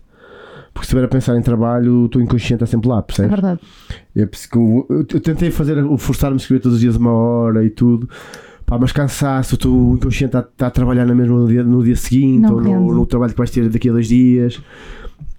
S2: Porque se estiver a pensar em trabalho, o teu inconsciente está sempre lá,
S1: É
S2: percebes?
S1: verdade.
S2: É por isso que eu, eu- eu tentei fazer, o forçar-me a escrever todos os dias uma hora e tudo. Pá, mas cansaço, o teu inconsciente está está a trabalhar na mesma no dia, no dia seguinte
S1: Não
S2: ou
S1: rende.
S2: no, no trabalho que vais ter daqui a dois dias.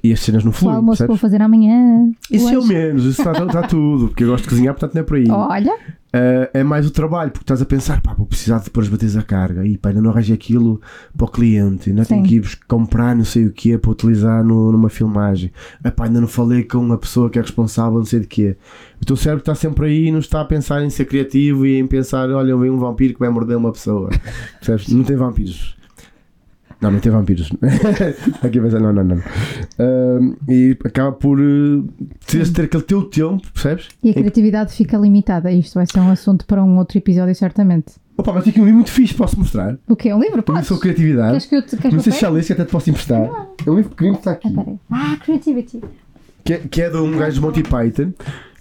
S2: E as cenas não
S1: O
S2: fluem,
S1: almoço que vou
S2: percebes?
S1: fazer amanhã.
S2: Isso é o
S1: hoje.
S2: menos, isso está tá tudo, porque eu gosto de cozinhar, portanto não é por aí.
S1: Olha,
S2: Eh, é mais o trabalho, porque estás a pensar, pá, vou precisar de depois bater a carga, e pá, ainda não arranjei aquilo para o cliente, ainda tenho
S1: Sim.
S2: que ir bus- comprar não sei o que é para utilizar no- numa filmagem, Ah, pá, ainda não falei com a pessoa que é responsável, não sei de quê. O teu cérebro está sempre aí e não está a pensar em ser criativo e em pensar, olha, vem um vampiro que vai morder uma pessoa. Percebes? Não tem vampiros. Não, não tem vampiros. Aqui a pensar, não, não, não. Ahm, e acaba por eh, precisas ter aquele teu tempo, percebes?
S1: e a
S2: Em que
S1: criatividade fica limitada. Isto vai ser um assunto para um outro episódio, certamente.
S2: Opa, mas tem aqui um livro muito fixe, posso mostrar?
S1: O que é um livro?
S2: Para mim
S1: Podes?
S2: sou criatividade.
S1: Queres que eu te queres
S2: Não
S1: que
S2: sei
S1: eu
S2: se já leste, que até te posso emprestar. É um livro pequenino que está aqui.
S1: pegue? Ah, peraí. Ah, creativity.
S2: Que é, que é de um gajo de Monty Python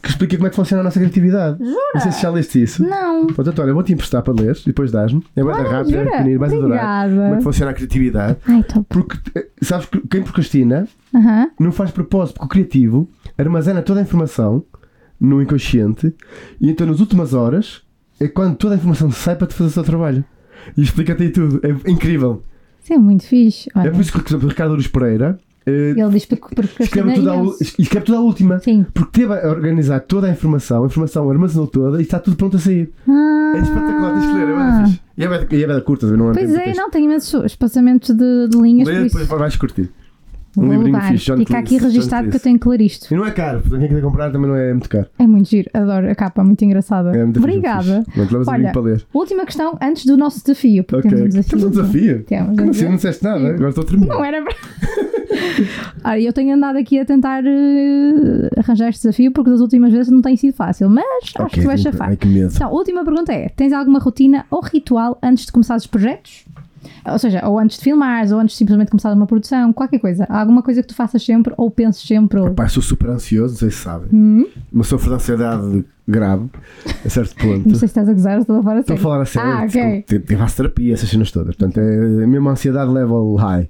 S2: que explica como é que funciona a nossa criatividade. Não sei se já leste isso.
S1: Não.
S2: Portanto, olha, vou-te emprestar para ler e depois dás-me. É bem
S1: Ah,
S2: rápido, é
S1: jura?
S2: pequenino, vais adorar. Como é
S1: Obrigada.
S2: que funciona a criatividade?
S1: Ai, top.
S2: Porque eh, sabes que quem procrastina
S1: Aham.
S2: não faz propósito, porque o criativo armazena toda a informação no inconsciente e então nas últimas horas é quando toda a informação sai para te fazer o seu trabalho. E explica-te aí tudo. É incrível.
S1: Isso é muito fixe. Olha,
S2: É por isso que, por exemplo, o Ricardo Luz Pereira eh,
S1: ele diz porque
S2: escreve,
S1: procrastina
S2: tudo à,
S1: imenso.
S2: ul- escreve tudo à última.
S1: Sim.
S2: Porque teve a organizar toda a informação, a informação armazenou toda e está tudo pronto a sair.
S1: Ah,
S2: É espetacular, tens que ler, é bem fixe. E é bem- E é bem curta, não é?
S1: Pois
S2: muito
S1: é,
S2: texto.
S1: não, tem imensos espaçamentos de, de linhas.
S2: Lê
S1: por isso
S2: depois vais curtir. Um
S1: vou
S2: livrinho
S1: levar.
S2: fixe, John
S1: Fica aqui
S2: Cleese, John
S1: registado que eu
S2: Cleese.
S1: tenho que ler isto.
S2: E não é caro, portanto quem quiser comprar também não é muito caro.
S1: É muito giro, adoro a capa, muito engraçada.
S2: É muito fixe,
S1: Obrigada.
S2: fixe. Pronto, levas um
S1: Olha,
S2: livro para ler.
S1: Última questão antes do nosso desafio, porque
S2: Ok.
S1: temos um desafio.
S2: Temos um desafio.
S1: Temos um
S2: Como assim?
S1: desafio.
S2: Não disseste nada,
S1: Sim.
S2: agora estou a terminar.
S1: Não é, era para. Ora, eu tenho andado aqui a tentar eh, arranjar este desafio porque das últimas vezes não tem sido fácil, mas acho que tu vais
S2: tenho-
S1: chafar.
S2: Ai que medo.
S1: Então, a última pergunta é: tens alguma rotina ou ritual antes de começar os projetos? Ou seja, ou antes de filmares, ou antes de simplesmente começar uma produção, qualquer coisa. Há alguma coisa que tu faças sempre ou penses sempre? Ou...
S2: Pá, sou super ansioso, não sei se sabem.
S1: Hum?
S2: Mas sofro de ansiedade grave, a certo ponto.
S1: Não sei se estás a gozar, ou se estou a falar a
S2: Estou a
S1: sério.
S2: falar a sério.
S1: Ah, ok.
S2: tipo, eu faço terapia, essas cenas todas. Portanto, é mesmo a ansiedade level high.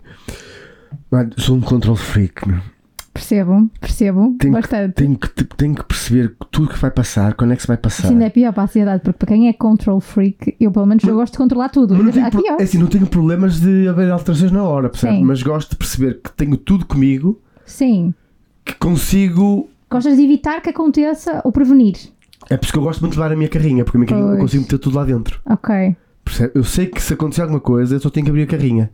S2: Mano, sou um control freak, meu.
S1: Percebo, percebo
S2: Tenho
S1: bastante.
S2: Tenho que, tipo, tenho que perceber tudo que vai passar, quando é que se vai passar.
S1: Isso ainda é pior para a ansiedade, porque para quem é control freak, eu pelo menos eu gosto de controlar tudo.
S2: Mas não tenho,
S1: Aqui,
S2: pro-
S1: ó.
S2: é assim, não tenho problemas de haver alterações na hora, percebe?
S1: Sim.
S2: Mas gosto de perceber que tenho tudo comigo,
S1: Sim.
S2: que consigo.
S1: Gostas de evitar que aconteça ou prevenir.
S2: É por isso que eu gosto muito de levar a minha carrinha, porque a minha carrinha eu
S1: Pois.
S2: consigo meter tudo lá dentro.
S1: Ok.
S2: Percebe? Eu sei que se acontecer alguma coisa, eu só tenho que abrir a carrinha.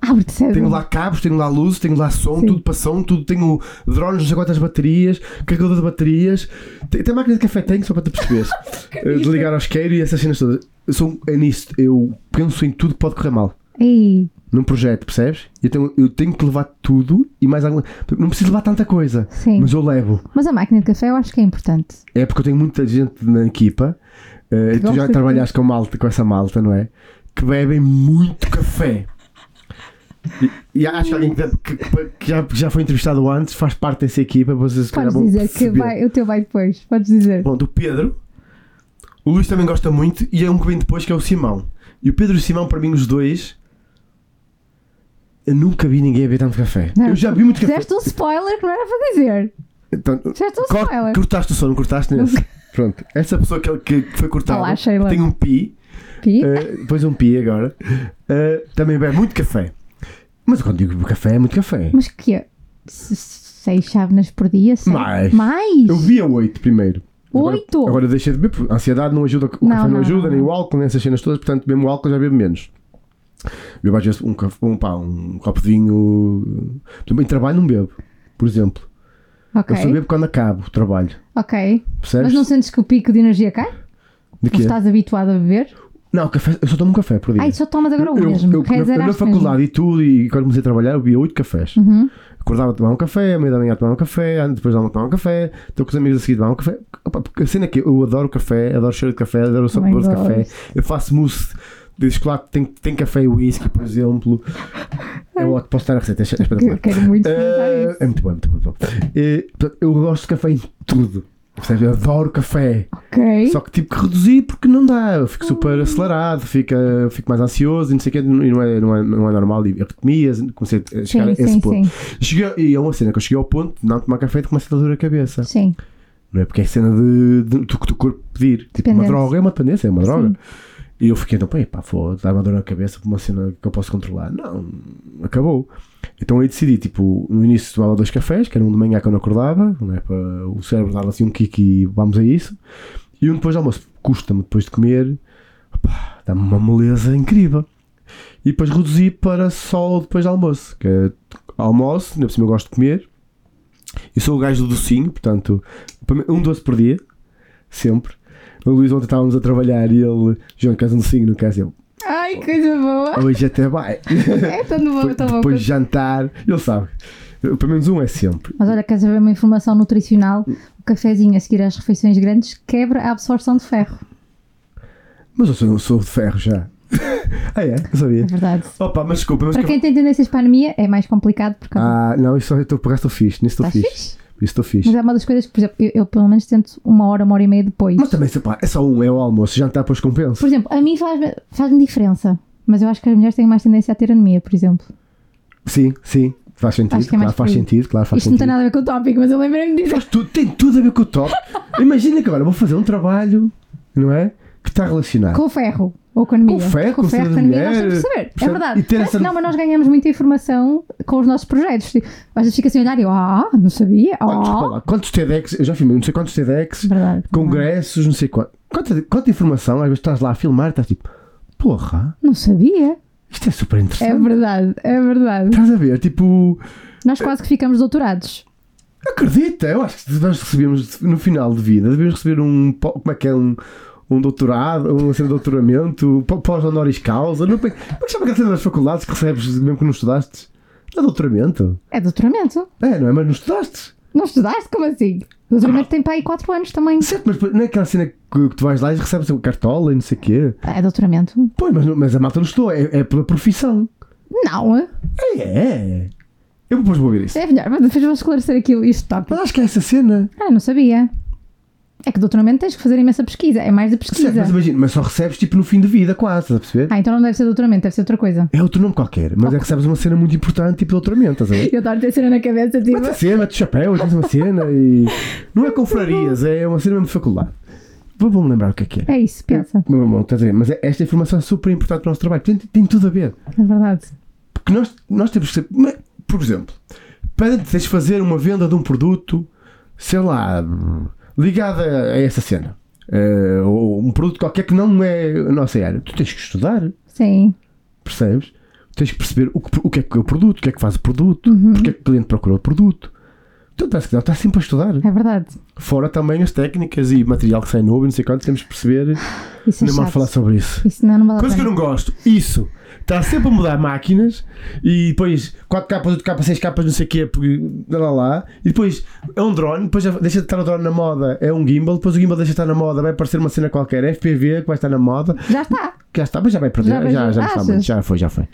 S1: Abre-te cedo.
S2: Tenho lá cabos, tenho lá luzes, tenho lá som,
S1: Uhum. Sim.
S2: tudo para som, tudo. Tenho drones, não sei quantas baterias, carregador de baterias. Tem- Até máquina de café tenho, só para te perceberes.
S1: é
S2: Eh, de ligar ao isqueiro e essas cenas todas. Eu sou, é nisto. Eu penso em tudo que pode correr mal.
S1: Ei,
S2: Num projeto, percebes? Eu tenho, eu tenho que levar tudo e mais alguma. Não preciso levar tanta coisa.
S1: Sim.
S2: Mas eu levo.
S1: Mas a máquina de café eu acho que é importante.
S2: É porque eu tenho muita gente na equipa. eh, tu
S1: gosta
S2: já
S1: de-
S2: trabalhaste com, malta, com essa malta, não é? Que bebem muito café. E, e acho que alguém que, que- que já, que já foi entrevistado antes faz parte dessa equipa. Vocês se calhar
S1: Podes
S2: vão
S1: dizer que
S2: perceber.
S1: vai, o teu vai depois. Podes dizer.
S2: Bom, do Pedro. O Luís também gosta muito e é um que vem depois que é o Simão. E o Pedro e o Simão, para mim, os dois. Eu nunca vi ninguém beber tanto café.
S1: Não.
S2: Eu já vi muito café.
S1: Fizeste um spoiler que não era para dizer.
S2: Então,
S1: Fizeste um
S2: corta-
S1: spoiler.
S2: cortaste o som, não cortaste nesse. Pronto. Essa pessoa que, que que foi cortada
S1: Olá, Sheila.
S2: tem um pi,
S1: Pi?
S2: eh, depois um pi agora. eh, também bebe muito café. Mas quando digo café, é muito café.
S1: Mas que é? Se- Seis chávenas por dia? Seis?
S2: Mais.
S1: Mais?
S2: Eu via oito primeiro. Agora-
S1: Oito?
S2: Agora, deixei de beber, porque a ansiedade não ajuda, o café
S1: Não,
S2: não,
S1: não,
S2: ajuda,
S1: não.
S2: nem o álcool, nem essas cenas todas, portanto, mesmo o álcool já bebo menos. Bebo às vezes um, caf- um, pá, um copo de vinho. Também trabalho, não bebo. por exemplo.
S1: Ok.
S2: Eu só bebo quando acabo o trabalho.
S1: Ok.
S2: Percebes?
S1: Mas não sentes que o pico de energia cai?
S2: De
S1: Ou
S2: quê?
S1: estás habituado a beber?
S2: Não, café, eu só tomo um café por dia.
S1: Ai, só tomas agora um
S2: eu,
S1: mesmo.
S2: eu, eu, eu na
S1: Rezeraste
S2: faculdade e tudo, e quando comecei a trabalhar, eu bebia oito cafés.
S1: mesmo. Uhum.
S2: Acordava a tomar um café, à meia da manhã tomava um café, à- depois da almoço tomava um café, estou com os amigos a seguir tomar um café. Opa, porque a cena é que eu adoro café, adoro o cheiro de café, adoro o
S1: Também
S2: sabor de
S1: gosto.
S2: café. Eu faço mousse de chocolate, que tem, tem café e whisky, por exemplo. É ótimo, posso estar a receita, é espetacular.
S1: Que- Quero muito
S2: Eh,
S1: experimentar
S2: é
S1: isso.
S2: muito bom, muito bom. muito bom. Eh, portanto, eu gosto de café em tudo. Percebes? Eu adoro café.
S1: Ok.
S2: Só que tive que reduzir porque não dá. Eu fico
S1: Ah.
S2: super acelerado, fico, fico mais ansioso e não sei o que, e não é, não é, não é normal. E arritmias, comecei a chegar a
S1: Sim,
S2: esse
S1: sim,
S2: ponto.
S1: sim.
S2: Cheguei, e é uma cena que eu cheguei ao ponto de não tomar café e de começar a dor a cabeça.
S1: Sim.
S2: Não é? Porque é cena de, de- do que o corpo pedir. Tipo, uma
S1: Dependência.
S2: droga é uma dependência, é uma droga.
S1: Sim.
S2: E eu fiquei então, pá, pá, foda-se, dá uma dor na cabeça por uma cena que eu posso controlar. Não, acabou. Então aí decidi, tipo, no início tomava dois cafés, que era um de manhã quando eu acordava, não é? Para o cérebro dar assim um kick e vamos a isso. E um depois de almoço, custa-me depois de comer, opá, dá-me uma moleza incrível. E depois reduzi para só depois de almoço, que é almoço, ainda por cima eu gosto de comer. Eu sou o gajo do docinho, portanto, para mim, um doce por dia, sempre. O Luís ontem estávamos a trabalhar e ele, João, queres um docinho? Não queres? Eu,
S1: Ai, coisa boa.
S2: hoje até vai.
S1: É tão boa, tão boa.
S2: Depois de jantar, ele sabe. Eu, Pelo menos um é sempre.
S1: Mas olha, queres saber uma informação nutricional? O cafezinho a seguir às refeições grandes quebra a absorção de ferro.
S2: Mas eu sou, eu sou de ferro já. ah, é? Não
S1: É
S2: sabia.
S1: verdade.
S2: Opa, mas desculpa, mas.
S1: Para quem tem tendências para a anemia, é mais complicado por causa
S2: Ah, não, isso eu estou por acaso estou fixe. Nisso estou
S1: Estás
S2: fixe.
S1: Tá fixe?
S2: Isso estou fixe.
S1: Mas é uma das coisas que, por exemplo, eu, eu pelo menos tento uma hora, uma hora e meia depois.
S2: Mas também, se pá, é só um, é o almoço. Jantar depois compensa.
S1: Por exemplo, a mim faz-me faz diferença. Mas eu acho que as mulheres têm mais tendência a ter anemia, por exemplo.
S2: Sim, sim. Faz sentido,
S1: Acho que é mais
S2: claro, faz
S1: por aí.
S2: sentido, claro, faz
S1: Isto não
S2: sentido.
S1: tem nada a ver com o tópico, mas eu lembrei-me disso.
S2: Faz tudo, tem tudo a ver com o top. Imagina que agora vou fazer um trabalho, não é? Que está relacionado.
S1: Com o ferro. Ou com a anemia.
S2: Com o ferro,
S1: com
S2: com
S1: o
S2: o
S1: ferro,
S2: ferro
S1: com a
S2: da
S1: anemia, nós
S2: mulher,
S1: temos que saber. É
S2: percebe?
S1: verdade.
S2: E ter
S1: Parece
S2: essa-
S1: que Não, mas nós ganhamos muita informação com os nossos projetos. Tipo, Às vezes fica assim a olhar e eu, ah, não sabia,
S2: Quantos,
S1: ah.
S2: pá lá, quantos TEDx, eu já filmei não sei quantos TEDx,
S1: Verdade.
S2: congressos, não sei quanto. Quanta, quanta informação, às vezes estás lá a filmar e estás tipo, porra,
S1: Não sabia.
S2: isto é super
S1: É
S2: interessante.
S1: verdade, é verdade.
S2: Estás a ver? Tipo,
S1: Nós quase que ficamos doutorados.
S2: acredita, eu acho que nós recebemos no final de vida, devemos receber um, pó- como é que é, um, um doutorado, um cena de doutoramento, pó- pós-honoris causa. Não, como é como é que chama aquela cena das faculdades que recebes mesmo que não estudaste? Não é doutoramento?
S1: É doutoramento.
S2: É, não é? Mas não estudaste?
S1: Não estudaste? Como assim? Doutoramento tem para aí 4 anos também.
S2: Certo, mas não é aquela cena que, que tu vais lá e recebes o cartola e não sei o quê.
S1: É doutoramento?
S2: Pois, mas, mas a malta não estou, é, é pela profissão.
S1: Não. É
S2: É, é. Eu depois vou ver isso.
S1: É melhor, mas depois vou esclarecer aqui este tópico.
S2: Mas acho que é essa cena.
S1: Ah, não sabia. É que doutoramento tens que fazer imensa pesquisa. É mais de
S2: Certo,
S1: pesquisa.
S2: mas imagina, mas só recebes tipo no fim de vida, quase, estás a perceber?
S1: Ah, então não deve ser doutoramento, deve ser outra coisa.
S2: É outro nome qualquer, mas é que recebes uma cena muito importante, tipo de doutoramento, estás a ver?
S1: Eu adoro ter cena na cabeça, tipo.
S2: Mete a cena, mete o chapéu, tens uma cena e. Não é confrarias, é uma cena mesmo de faculdade. Vou- Vou-me lembrar o que é que é.
S1: É isso, pensa.
S2: Meu irmão, estás a ver? Mas é- esta informação é super importante para o nosso trabalho, tem, tem tudo a ver.
S1: É verdade.
S2: Porque nós, nós temos que ser. mas, Por exemplo, para teres de fazer uma venda de um produto, sei lá, ligada a essa cena. eh, ou um produto qualquer que não é a nossa área. Tu tens que estudar,
S1: Sim.
S2: percebes? Tens que perceber o que, o que é que é o produto, o que é que faz o produto, porque é que o cliente procurou o produto. Então, parece que não, está sempre a estudar.
S1: É verdade.
S2: Fora também as técnicas e material que sai novo, e não sei quanto, temos que perceber.
S1: Isso é
S2: Não vamos
S1: chato.
S2: falar sobre isso.
S1: Isso não, não vale a
S2: Coisa que eu
S1: pena.
S2: não gosto, isso. Está sempre a mudar máquinas e depois 4 capas, 8 capas, 6 capas, não sei o quê, porque lá, lá, lá. E depois é um drone, depois já deixa de estar o drone na moda, é um gimbal, depois o gimbal deixa de estar na moda, vai aparecer uma cena qualquer, FPV que vai estar na moda,
S1: Já está.
S2: que já está, mas já vai perder,
S1: Já vai-
S2: já, já, não está
S1: achas?
S2: muito, já foi, já foi.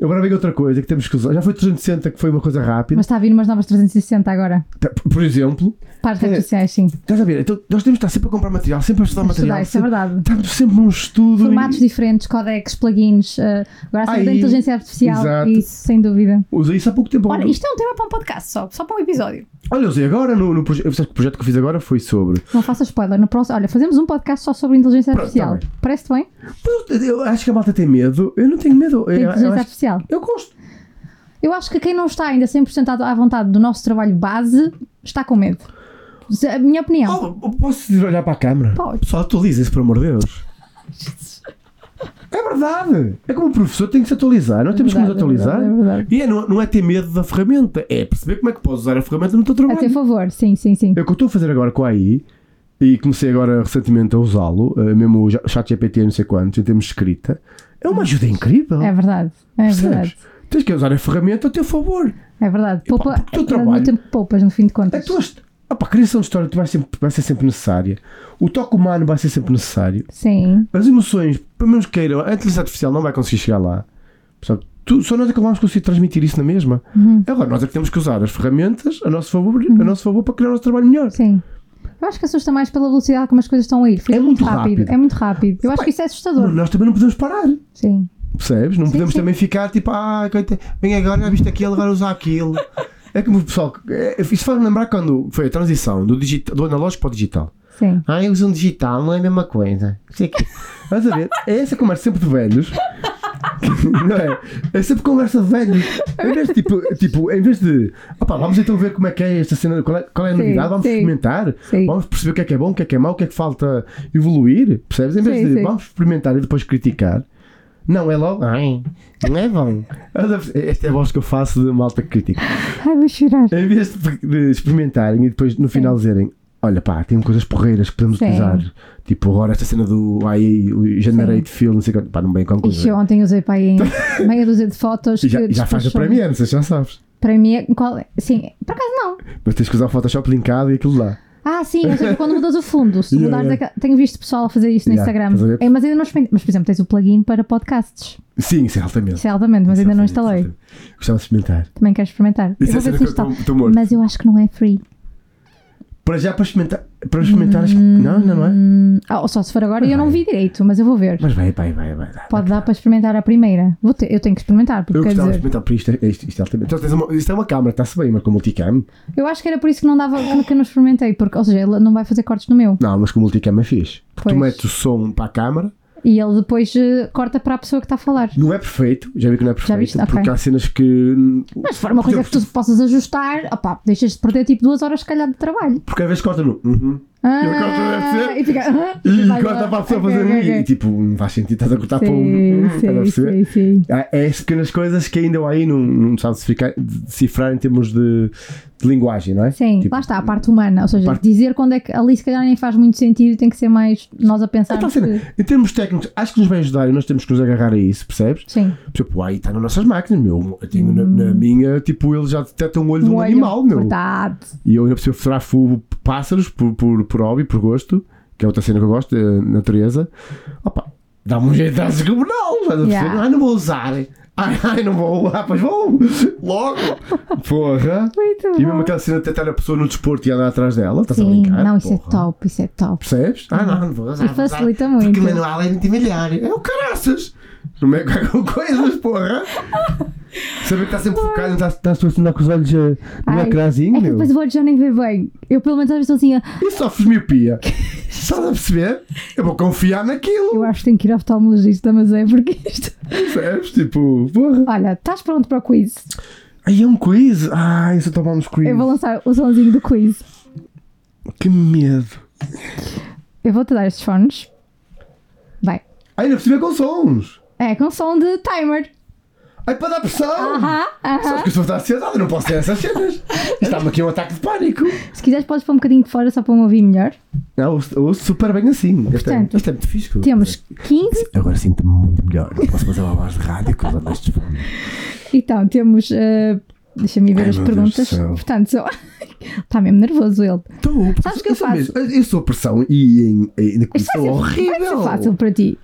S2: Agora vem outra coisa que temos que usar, já foi 360 que foi uma coisa rápida,
S1: Mas está a vir umas novas 360 agora.
S2: Tá, por- por exemplo,
S1: Para as
S2: É.
S1: redes sociais, sim.
S2: estás a ver, então nós temos de estar sempre a comprar material, sempre a estudar
S1: Estudar, isso
S2: material,
S1: é
S2: sempre-
S1: verdade.
S2: estamos sempre num estudo. e-
S1: Formatos diferentes, codecs, plugins. eh, agora a cena da
S2: Aí,
S1: inteligência artificial.
S2: exato.
S1: Isso, sem dúvida.
S2: Usei isso há pouco tempo.
S3: Olha,
S2: agora.
S3: isto é um tema para um podcast só, só para um episódio.
S2: Olha, usei agora no, no projeto. O projeto que eu fiz agora foi sobre.
S1: Não faça spoiler. No próximo, olha, fazemos um podcast só sobre inteligência
S2: Pronto, tá
S1: artificial. Parece-te bem?
S2: Mas Eu, eu acho que a malta tem medo. Eu não tenho medo. Eu,
S1: Da
S2: eu,
S1: inteligência
S2: acho,
S1: artificial.
S2: eu gosto.
S1: Eu acho que quem não está ainda 100% à à vontade do nosso trabalho base está com medo. Se- A minha opinião.
S2: Oh, posso olhar para a câmera?
S1: Pode.
S2: Só atualiza-se, por amor de Deus. É verdade. É como o professor tem que se atualizar. Nós temos que nos
S1: Verdade, é
S2: atualizar.
S1: verdade, é verdade.
S2: e é, não, não é ter medo da ferramenta, é perceber como é que podes usar a ferramenta no teu
S1: A
S2: trabalho.
S1: teu favor, sim, sim, sim.
S2: É o que eu estou a fazer agora com a AI e comecei agora recentemente a usá-lo, eh, mesmo o chat GPT não sei quantos, em termos de escrita. É uma ajuda incrível.
S1: Hum. É verdade, é
S2: Percebes?
S1: verdade.
S2: Tens que usar a ferramenta a teu favor.
S1: É verdade.
S2: E pá,
S1: Poupa,
S2: porque o teu
S1: é no
S2: trabalho-
S1: tempo que poupas, no fim de
S2: A
S1: contas.
S2: tua hist- Ah pá, a criação de história tu vai, sempre- vai ser sempre necessária. O toque humano vai ser sempre necessário.
S1: Sim,
S2: As emoções, pelo menos queiram, a inteligência artificial não vai conseguir chegar lá. Percebe? Tu- só nós é que vamos conseguir transmitir isso na mesma.
S1: Uhum.
S2: Agora, nós é que temos que usar as ferramentas a nosso favor, a nosso favor para criar o nosso trabalho melhor.
S1: sim. Eu acho que assusta mais pela velocidade como as coisas estão a ir. Foi
S2: É
S1: tudo
S2: muito rápido. Hum.
S1: É muito rápido. Eu acho que isso é assustador.
S2: Nós também não podemos parar.
S1: Sim.
S2: Percebes? Não podemos
S1: sim.
S2: também ficar tipo, ah, coita, vem agora, já viste aquilo, agora usa aquilo. É como o pessoal. É, isso faz-me lembrar quando foi a transição do, digital, do analógico para o digital.
S1: Sim.
S2: Ah, eu uso um digital, não é a mesma coisa. Não sei o quê. Estás a ver? É essa conversa sempre de velhos. Não é? É sempre conversa de velhos. Em vez de, tipo, tipo, em vez de. Opá, vamos então ver como é que é esta cena, qual é, qual é a
S1: Sim,
S2: novidade, vamos
S1: sim.
S2: experimentar,
S1: Sim.
S2: vamos perceber o que é que é bom, o que é que é mau, o que é que falta evoluir. Percebes? Em vez
S1: Sim,
S2: de
S1: sim.
S2: vamos experimentar e depois criticar. Não, é logo. Ai, não é bom. Estás a perceber? Esta é a voz que eu faço de malta que critica.
S1: Ai, vou chorar.
S2: Em vez de, de experimentarem e depois no final dizerem: Olha, pá, tem coisas porreiras que podemos
S1: Sim.
S2: utilizar. Tipo, agora esta cena do AI, o Generate Field, não sei quanto. Pá, não bem com
S1: Ixi,
S2: coisa.
S1: eu ontem usei para aí em meia dúzia de fotos.
S2: E é. já,
S1: que
S2: e já faz a
S1: despachou-
S2: Premiere, vocês já sabes.
S1: Para mim, é- qual é? Sim, por acaso não.
S2: Mas tens que usar o Photoshop linkado e aquilo lá.
S1: Ah, sim, ou seja, quando mudas o fundo, se
S2: Yeah,
S1: mudares
S2: yeah.
S1: aquela- Tenho visto pessoal a fazer isto no
S2: Yeah, estás a
S1: Instagram.
S2: ver?
S1: É, mas ainda não experimentei. Mas, por exemplo, tens o plugin para podcasts.
S2: Sim, isso é altamente.
S1: Isso é altamente, mas
S2: Isso é
S1: ainda não instalei.
S2: altamente, isso é altamente. Gostava de experimentar.
S1: Também quero experimentar. Eu
S2: Isso é
S1: vou ver
S2: cena
S1: se
S2: que eu
S1: instalo.
S2: estou- estou morto.
S1: Mas eu acho que não é free.
S2: Para já, para experimentar. Para experimentar acho que-
S1: Hum.
S2: Não, não, não é?
S1: Ah, ou só se for agora e eu não vi direito, mas eu vou ver.
S2: Mas vai, vai, vai, vai. dá.
S1: Pode dar para experimentar a primeira. Vou ter- eu tenho que experimentar, porque
S2: Eu
S1: quer
S2: gostava
S1: dizer.
S2: de experimentar, porque isto é, isto, isto é altamente. Então, tens uma- isto é uma câmera, está-se bem, mas com multicam.
S1: Eu acho que era por isso que não dava que eu não experimentei, porque, ou seja, ele não vai fazer cortes no meu.
S2: Não, mas com multicam é fixe. Porque tu
S1: Pois.
S2: metes o som para a câmera
S1: E ele depois eh, corta para a pessoa que está a falar.
S2: Não é perfeito, já vi que não é perfeito,
S1: viste?
S2: porque
S1: Ok.
S2: há cenas que.
S1: Mas se for uma coisa que tu possas ajustar, opá, deixas de perder tipo duas horas, se calhar, de trabalho. Ah,
S2: Porque às vezes corta no. Uhum. E o corte deve ser-
S1: e fica. ah,
S2: E
S1: vai
S2: corta
S1: lá.
S2: para a pessoa
S1: Ok,
S2: fazer.
S1: ok,
S2: um
S1: ok.
S2: E tipo, não faz sentido, estás a cortar para um.
S1: Sim,
S2: Uhum, Estás a perceber?
S1: sim, sim, sim.
S2: Há- É essas pequenas coisas que ainda o AI não, não sabe decifrar- decifrar em termos de, de linguagem, não é?
S1: Sim,
S2: Tipo,
S1: lá está, a parte humana. Ou seja,
S2: parte-
S1: dizer quando é que ali se calhar nem faz muito sentido e tem que ser mais nós a pensar.
S2: Então, cena,
S1: que-
S2: em termos técnicos, acho que nos vai ajudar e nós temos que nos agarrar a isso, percebes?
S1: Sim.
S2: Por exemplo, o AI está nas nossas máquinas, meu. Eu tenho na, na minha, tipo, ele já detecta um olho de um
S1: Hum. Olho,
S2: animal, meu.
S1: Verdade.
S2: E eu ainda percebo fotografo pássaros por, por, por hobby, por gosto, que é outra cena que eu gosto, da natureza. Opa, dá-me um jeito de dar descomunal, estás a perceber?
S1: Yeah.
S2: Ai, não vou usar. Ai, ai, não vou. Ah, pois vou. Logo. Porra.
S1: Muito
S2: E mesmo
S1: bom.
S2: aquela cena de tentar a pessoa no desporto e andar atrás dela, estás a
S1: Sim,
S2: brincar?
S1: não, isso
S2: Porra.
S1: é top, isso é top.
S2: Percebes? Ah, não, não vou usar.
S1: E
S2: vou usar,
S1: facilita
S2: Porque
S1: muito.
S2: manual é multimilhário. É o caraças. Não me é com coisas, porra. Saber que está sempre focado, estás- estás tu a andar com os olhos eh, no
S1: Ai, é
S2: ecrãzinho,
S1: que
S2: meu.
S1: depois vou já nem ver bem. Eu pelo menos às vezes estou assim, ah,
S2: E sofres miopia. Estás a perceber? Eu vou confiar naquilo.
S1: eu acho que tenho que ir ao oftalmologista, mas é porque isto.
S2: Percebes? Tipo, porra.
S1: Olha, estás pronto para o quiz?
S2: Aí é um quiz. Ai, se eu tomar uns quiz.
S1: Eu vou lançar o sonzinho do quiz.
S2: Que medo.
S1: Eu vou-te dar estes fones. Vai.
S2: Ai, não percebi com sons.
S1: É com som de timer.
S2: Ai, para dar pressão.
S1: Aham, aham.
S2: Sabes que eu sou da ansiedade, eu não posso ter essas cenas. Isto Está-me aqui um ataque de pânico.
S1: Se quiseres, podes pôr um bocadinho de fora só para me ouvir melhor.
S2: Não, eu ouço- eu ouço super bem assim. Isto é,
S1: Portanto,
S2: isto é muito fixe.
S1: Temos 15
S2: Agora sinto-me muito melhor. Não posso fazer uma voz de rádio com os honestos fones.
S1: Então, temos. eh, Deixa-me ver
S2: Ai,
S1: as
S2: meu Deus
S1: perguntas.
S2: do céu.
S1: Portanto, sou... está mesmo nervoso ele.
S2: Estou.
S1: Sabes o que eu
S2: sou
S1: faço? é
S2: mesmo- Eu sou a pressão e em- em- em-
S1: Isto vai
S2: sou
S1: ser
S2: é horrível.
S1: é fácil para ti.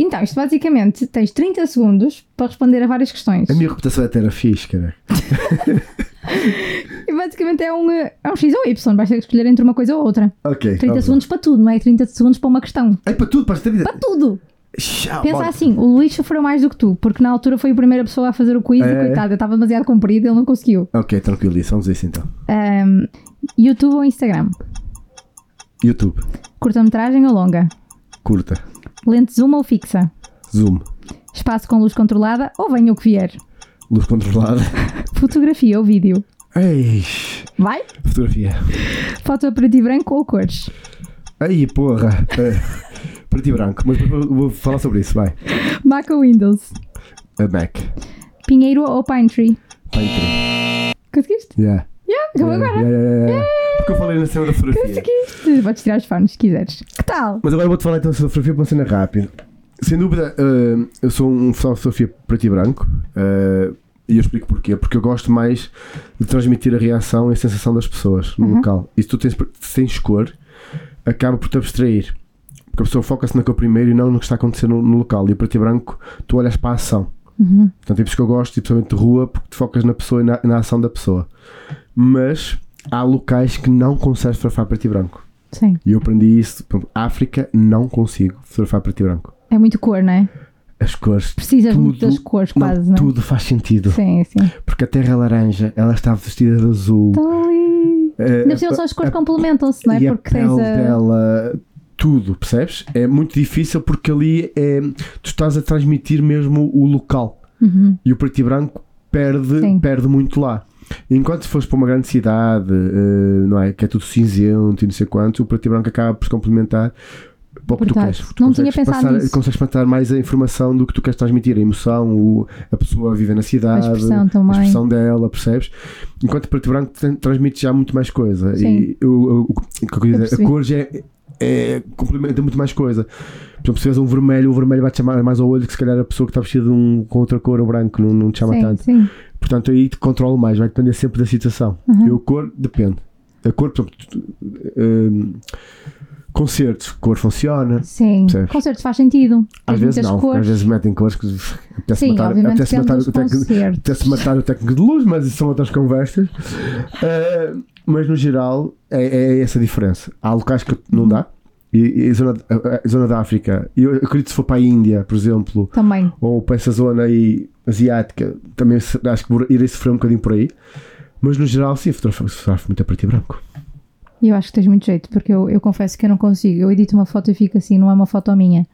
S1: Então, isto basicamente tens 30 segundos para responder a várias questões.
S2: A minha reputação é até era fixe, cara.
S1: E basicamente é um, eh, é um X ou Y, vais ter que escolher entre uma coisa ou outra.
S2: Ok.
S1: 30
S2: vamos lá.
S1: segundos para tudo, não é? 30 segundos para uma questão.
S2: É para tudo, para as 30.
S1: Para tudo!
S2: Chá,
S1: Pensa
S2: bora.
S1: assim, o Luís sofreu mais do que tu, porque na altura foi a primeira pessoa a fazer o quiz
S2: É,
S1: e
S2: é.
S1: coitado, eu estava demasiado comprido, ele não conseguiu.
S2: Ok, tranquilo, isso. Vamos a isso então.
S1: Ahm, YouTube ou Instagram?
S2: YouTube,
S1: Curta-metragem ou longa?
S2: curta.
S1: Lente zoom ou fixa?
S2: Zoom,
S1: Espaço com luz controlada ou venha o que vier?
S2: luz controlada.
S1: Fotografia ou vídeo?
S2: Ei,
S1: Vai?
S2: fotografia.
S1: Foto a preto e branco ou cores?
S2: Ei, porra. Eh, preto e branco, mas vou- vou falar sobre isso, vai.
S1: Mac ou Windows?
S2: A Mac.
S1: Pinheiro ou Pine Tree?
S2: Painter.
S1: Conseguiste?
S2: Yeah.
S1: Yeah, acabou
S2: Yeah,
S1: agora. assim?
S2: yeah, yeah, yeah, yeah. Porque eu falei na cena da fotografia.
S1: Conseguiste. Podes tirar os fones se quiseres. Que tal?
S2: Mas agora vou-te falar então sobre a fotografia para uma cena rápida. Sem dúvida, eh, eu sou um fotógrafo de fotografia preto e branco eh, e eu explico porquê. Porque eu gosto mais de transmitir a reação e a sensação das pessoas no
S1: Uhum.
S2: local. E se tu tens, tens cor, acaba por te abstrair. Porque a pessoa foca-se na cor primeiro e não no que está a acontecer no, no local. E o preto e branco, tu olhas para a ação.
S1: Uhum.
S2: Portanto, é por isso que eu gosto, e principalmente de rua, porque te focas na pessoa e na, na ação da pessoa. Mas há locais que não consegues fotografar preto e branco.
S1: Sim.
S2: E eu aprendi isso. Por exemplo, África, não consigo fotografar preto e branco.
S1: É muito cor, não é?
S2: As cores.
S1: Precisas
S2: Tudo-
S1: muito das cores, quase, não,
S2: não,
S1: é?
S2: tudo faz sentido.
S1: Sim, sim.
S2: Porque a terra é laranja, ela está vestida de azul.
S1: Estão Então ali.
S2: Eh,
S1: Ainda por cima só as cores
S2: a-
S1: complementam-se, não é?
S2: E a
S1: Porque tens
S2: pele
S1: a.
S2: dela, tudo, percebes? É muito difícil porque ali é, tu estás a transmitir mesmo o local.
S1: Uhum.
S2: E o preto e branco perde,
S1: Sim.
S2: perde muito lá. Enquanto se fores para uma grande cidade, eh, não é? Que é tudo cinzento e não sei quanto, o preto e branco acaba por se complementar para o que tu
S1: Verdade.
S2: queres. porque
S1: Não tinha
S2: consegues
S1: pensado
S2: passar,
S1: nisso.
S2: Consegues passar mais a informação do que tu queres transmitir, a emoção, o- a pessoa vive na
S1: A
S2: cidade,
S1: expressão
S2: a
S1: também.
S2: expressão dela, percebes? Enquanto o preto e branco tran- transmite já muito mais coisa.
S1: Sim.
S2: E o- o- o- o que eu queria
S1: Eu
S2: dizer, a
S1: percebi.
S2: cor já é, é- complementa muito mais coisa. Por exemplo, se tiveres um vermelho, o vermelho vai te chamar mais ao olho que se calhar a pessoa que está vestida de um- com outra cor, o branco, não, não te chama
S1: sim,
S2: tanto.
S1: Sim.
S2: Portanto, aí te controlo mais, vai depender sempre da situação.
S1: Uhum.
S2: Eu, cor, depende. A cor, por exemplo, tu- tu- hum, concertos, cor funciona.
S1: Sim,
S2: Percebes?
S1: concertos faz sentido.
S2: Às
S1: Tens
S2: vezes
S1: muitas
S2: não,
S1: cores.
S2: às vezes metem cores que apetece
S1: Sim,
S2: matar,
S1: obviamente
S2: apetece matar,
S1: depende
S2: o
S1: dos
S2: técnico-
S1: concertos.
S2: apetece matar o técnico de luz, mas isso são outras conversas. Ah, mas no geral é, é essa a diferença. Há locais que não dá. E, e a, zona, a- a zona da África, e eu acredito que se for para a Índia, por exemplo,
S1: Também.
S2: ou para essa zona aí asiática, também se- acho que irei sofrer um bocadinho por aí. Mas no geral, sim, fotografo fotografo muito a preto e branco.
S1: E eu acho que tens muito jeito, porque eu, eu confesso que eu não consigo. Eu edito uma foto e fico assim, não é uma foto minha.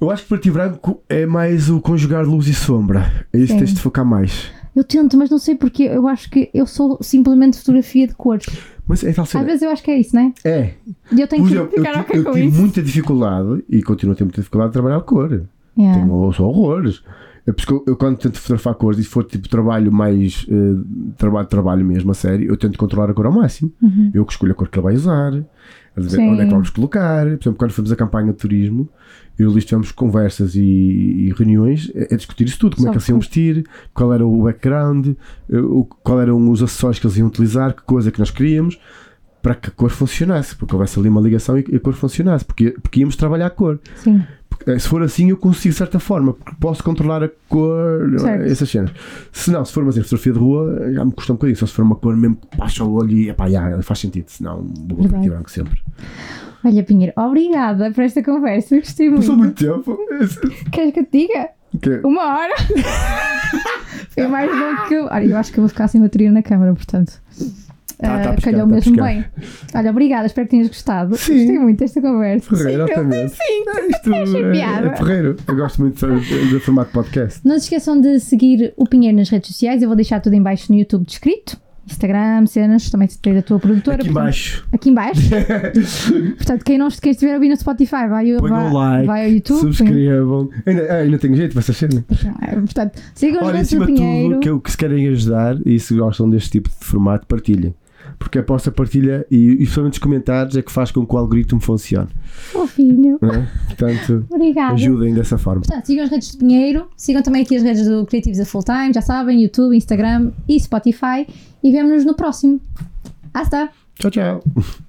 S2: Eu acho que preto e branco é mais o conjugar luz e sombra. É isso
S1: Sim.
S2: que tens de focar mais.
S1: Eu tento, mas não sei porque eu acho que eu sou simplesmente fotografia de cores.
S2: Mas é tal cena.
S1: Às vezes eu acho que é isso, não é?
S2: É.
S1: E eu tenho
S2: Por
S1: que
S2: exemplo, eu,
S1: ficar
S2: ti-
S1: ok
S2: eu
S1: com
S2: tive
S1: isso.
S2: muita dificuldade e continuo a ter muita dificuldade de trabalhar a cor.
S1: Yeah.
S2: Tenho só horrores. É por isso que eu, eu quando tento fotografar cores e for tipo trabalho mais eh, trabalho, trabalho mesmo a sério, eu tento controlar a cor ao máximo.
S1: Uhum.
S2: Eu que escolho a cor que ele vai usar, a dizer
S1: Sim.
S2: onde é que vamos colocar. Por exemplo, quando fomos a campanha de turismo, eu e o Luís tivemos conversas e, e reuniões a, a discutir isso tudo: como é que
S1: Sobre
S2: eles iam vestir, qual era o background, eh, o, qual eram os acessórios que eles iam utilizar, que coisa que nós queríamos, para que a cor funcionasse, porque houvesse ali uma ligação e e a cor funcionasse, porque, porque íamos trabalhar a cor.
S1: Sim.
S2: Porque, eh, Se for assim, eu consigo de certa forma, porque posso controlar a cor, não é?
S1: Certo.
S2: essas cenas. Se não, se for uma cena de fotografia de rua, eh, já me custa um bocadinho. Só se for uma cor mesmo que baixa o olho e epá, já, faz sentido. Se não, vou para
S1: Verdade.
S2: preto e branco sempre.
S1: Olha, Pinheiro, obrigada por esta conversa. Eu Gostei muito.
S2: Passou muito tempo.
S1: Queres que eu te diga?
S2: Que- é
S1: Uma hora! Foi mais bom que eu. Olha, eu acho que eu vou ficar sem bateria na câmara, portanto.
S2: Tá, tá a
S1: Ah,
S2: piscar,
S1: calhou
S2: tá a
S1: mesmo
S2: piscar.
S1: bem. Olha, obrigada, espero que tenhas gostado.
S2: Sim.
S1: Gostei muito desta conversa.
S2: Porreiro, altamente. Sim,
S1: Tá
S2: Isto é,
S1: piada.
S2: é porreiro. Eu gosto muito do, do formato podcast.
S1: Não se esqueçam de seguir o Pinheiro nas redes sociais, eu vou deixar tudo em baixo no YouTube descrito. Instagram, cenas, também tens a tua produtora.
S2: Aqui
S1: portanto-
S2: embaixo.
S1: Aqui em baixo. portanto, quem não quem estiver a ouvir no Spotify, vai, ao-
S2: Ponham
S1: vai,
S2: um like,
S1: vai ao YouTube.
S2: Subscrevam. Ainda, ah, ainda tenho jeito para essas cenas.
S1: põe- Portanto, sigam as
S2: Olha, em
S1: redes do
S2: cima de
S1: Pinheiro.
S2: tudo, que, eu- que se querem ajudar e se gostam deste tipo de formato, partilhem. Porque a vossa partilha e, e principalmente os comentários é que faz com que o algoritmo funcione.
S1: Fofinho.
S2: não é? Portanto,
S1: Obrigada.
S2: ajudem dessa forma.
S1: Portanto, sigam as redes do Pinheiro, sigam também aqui as redes do Creativos a Full Time, já sabem, YouTube, Instagram e Spotify. E vemo-nos no próximo. Hasta!
S2: Tchau, tchau.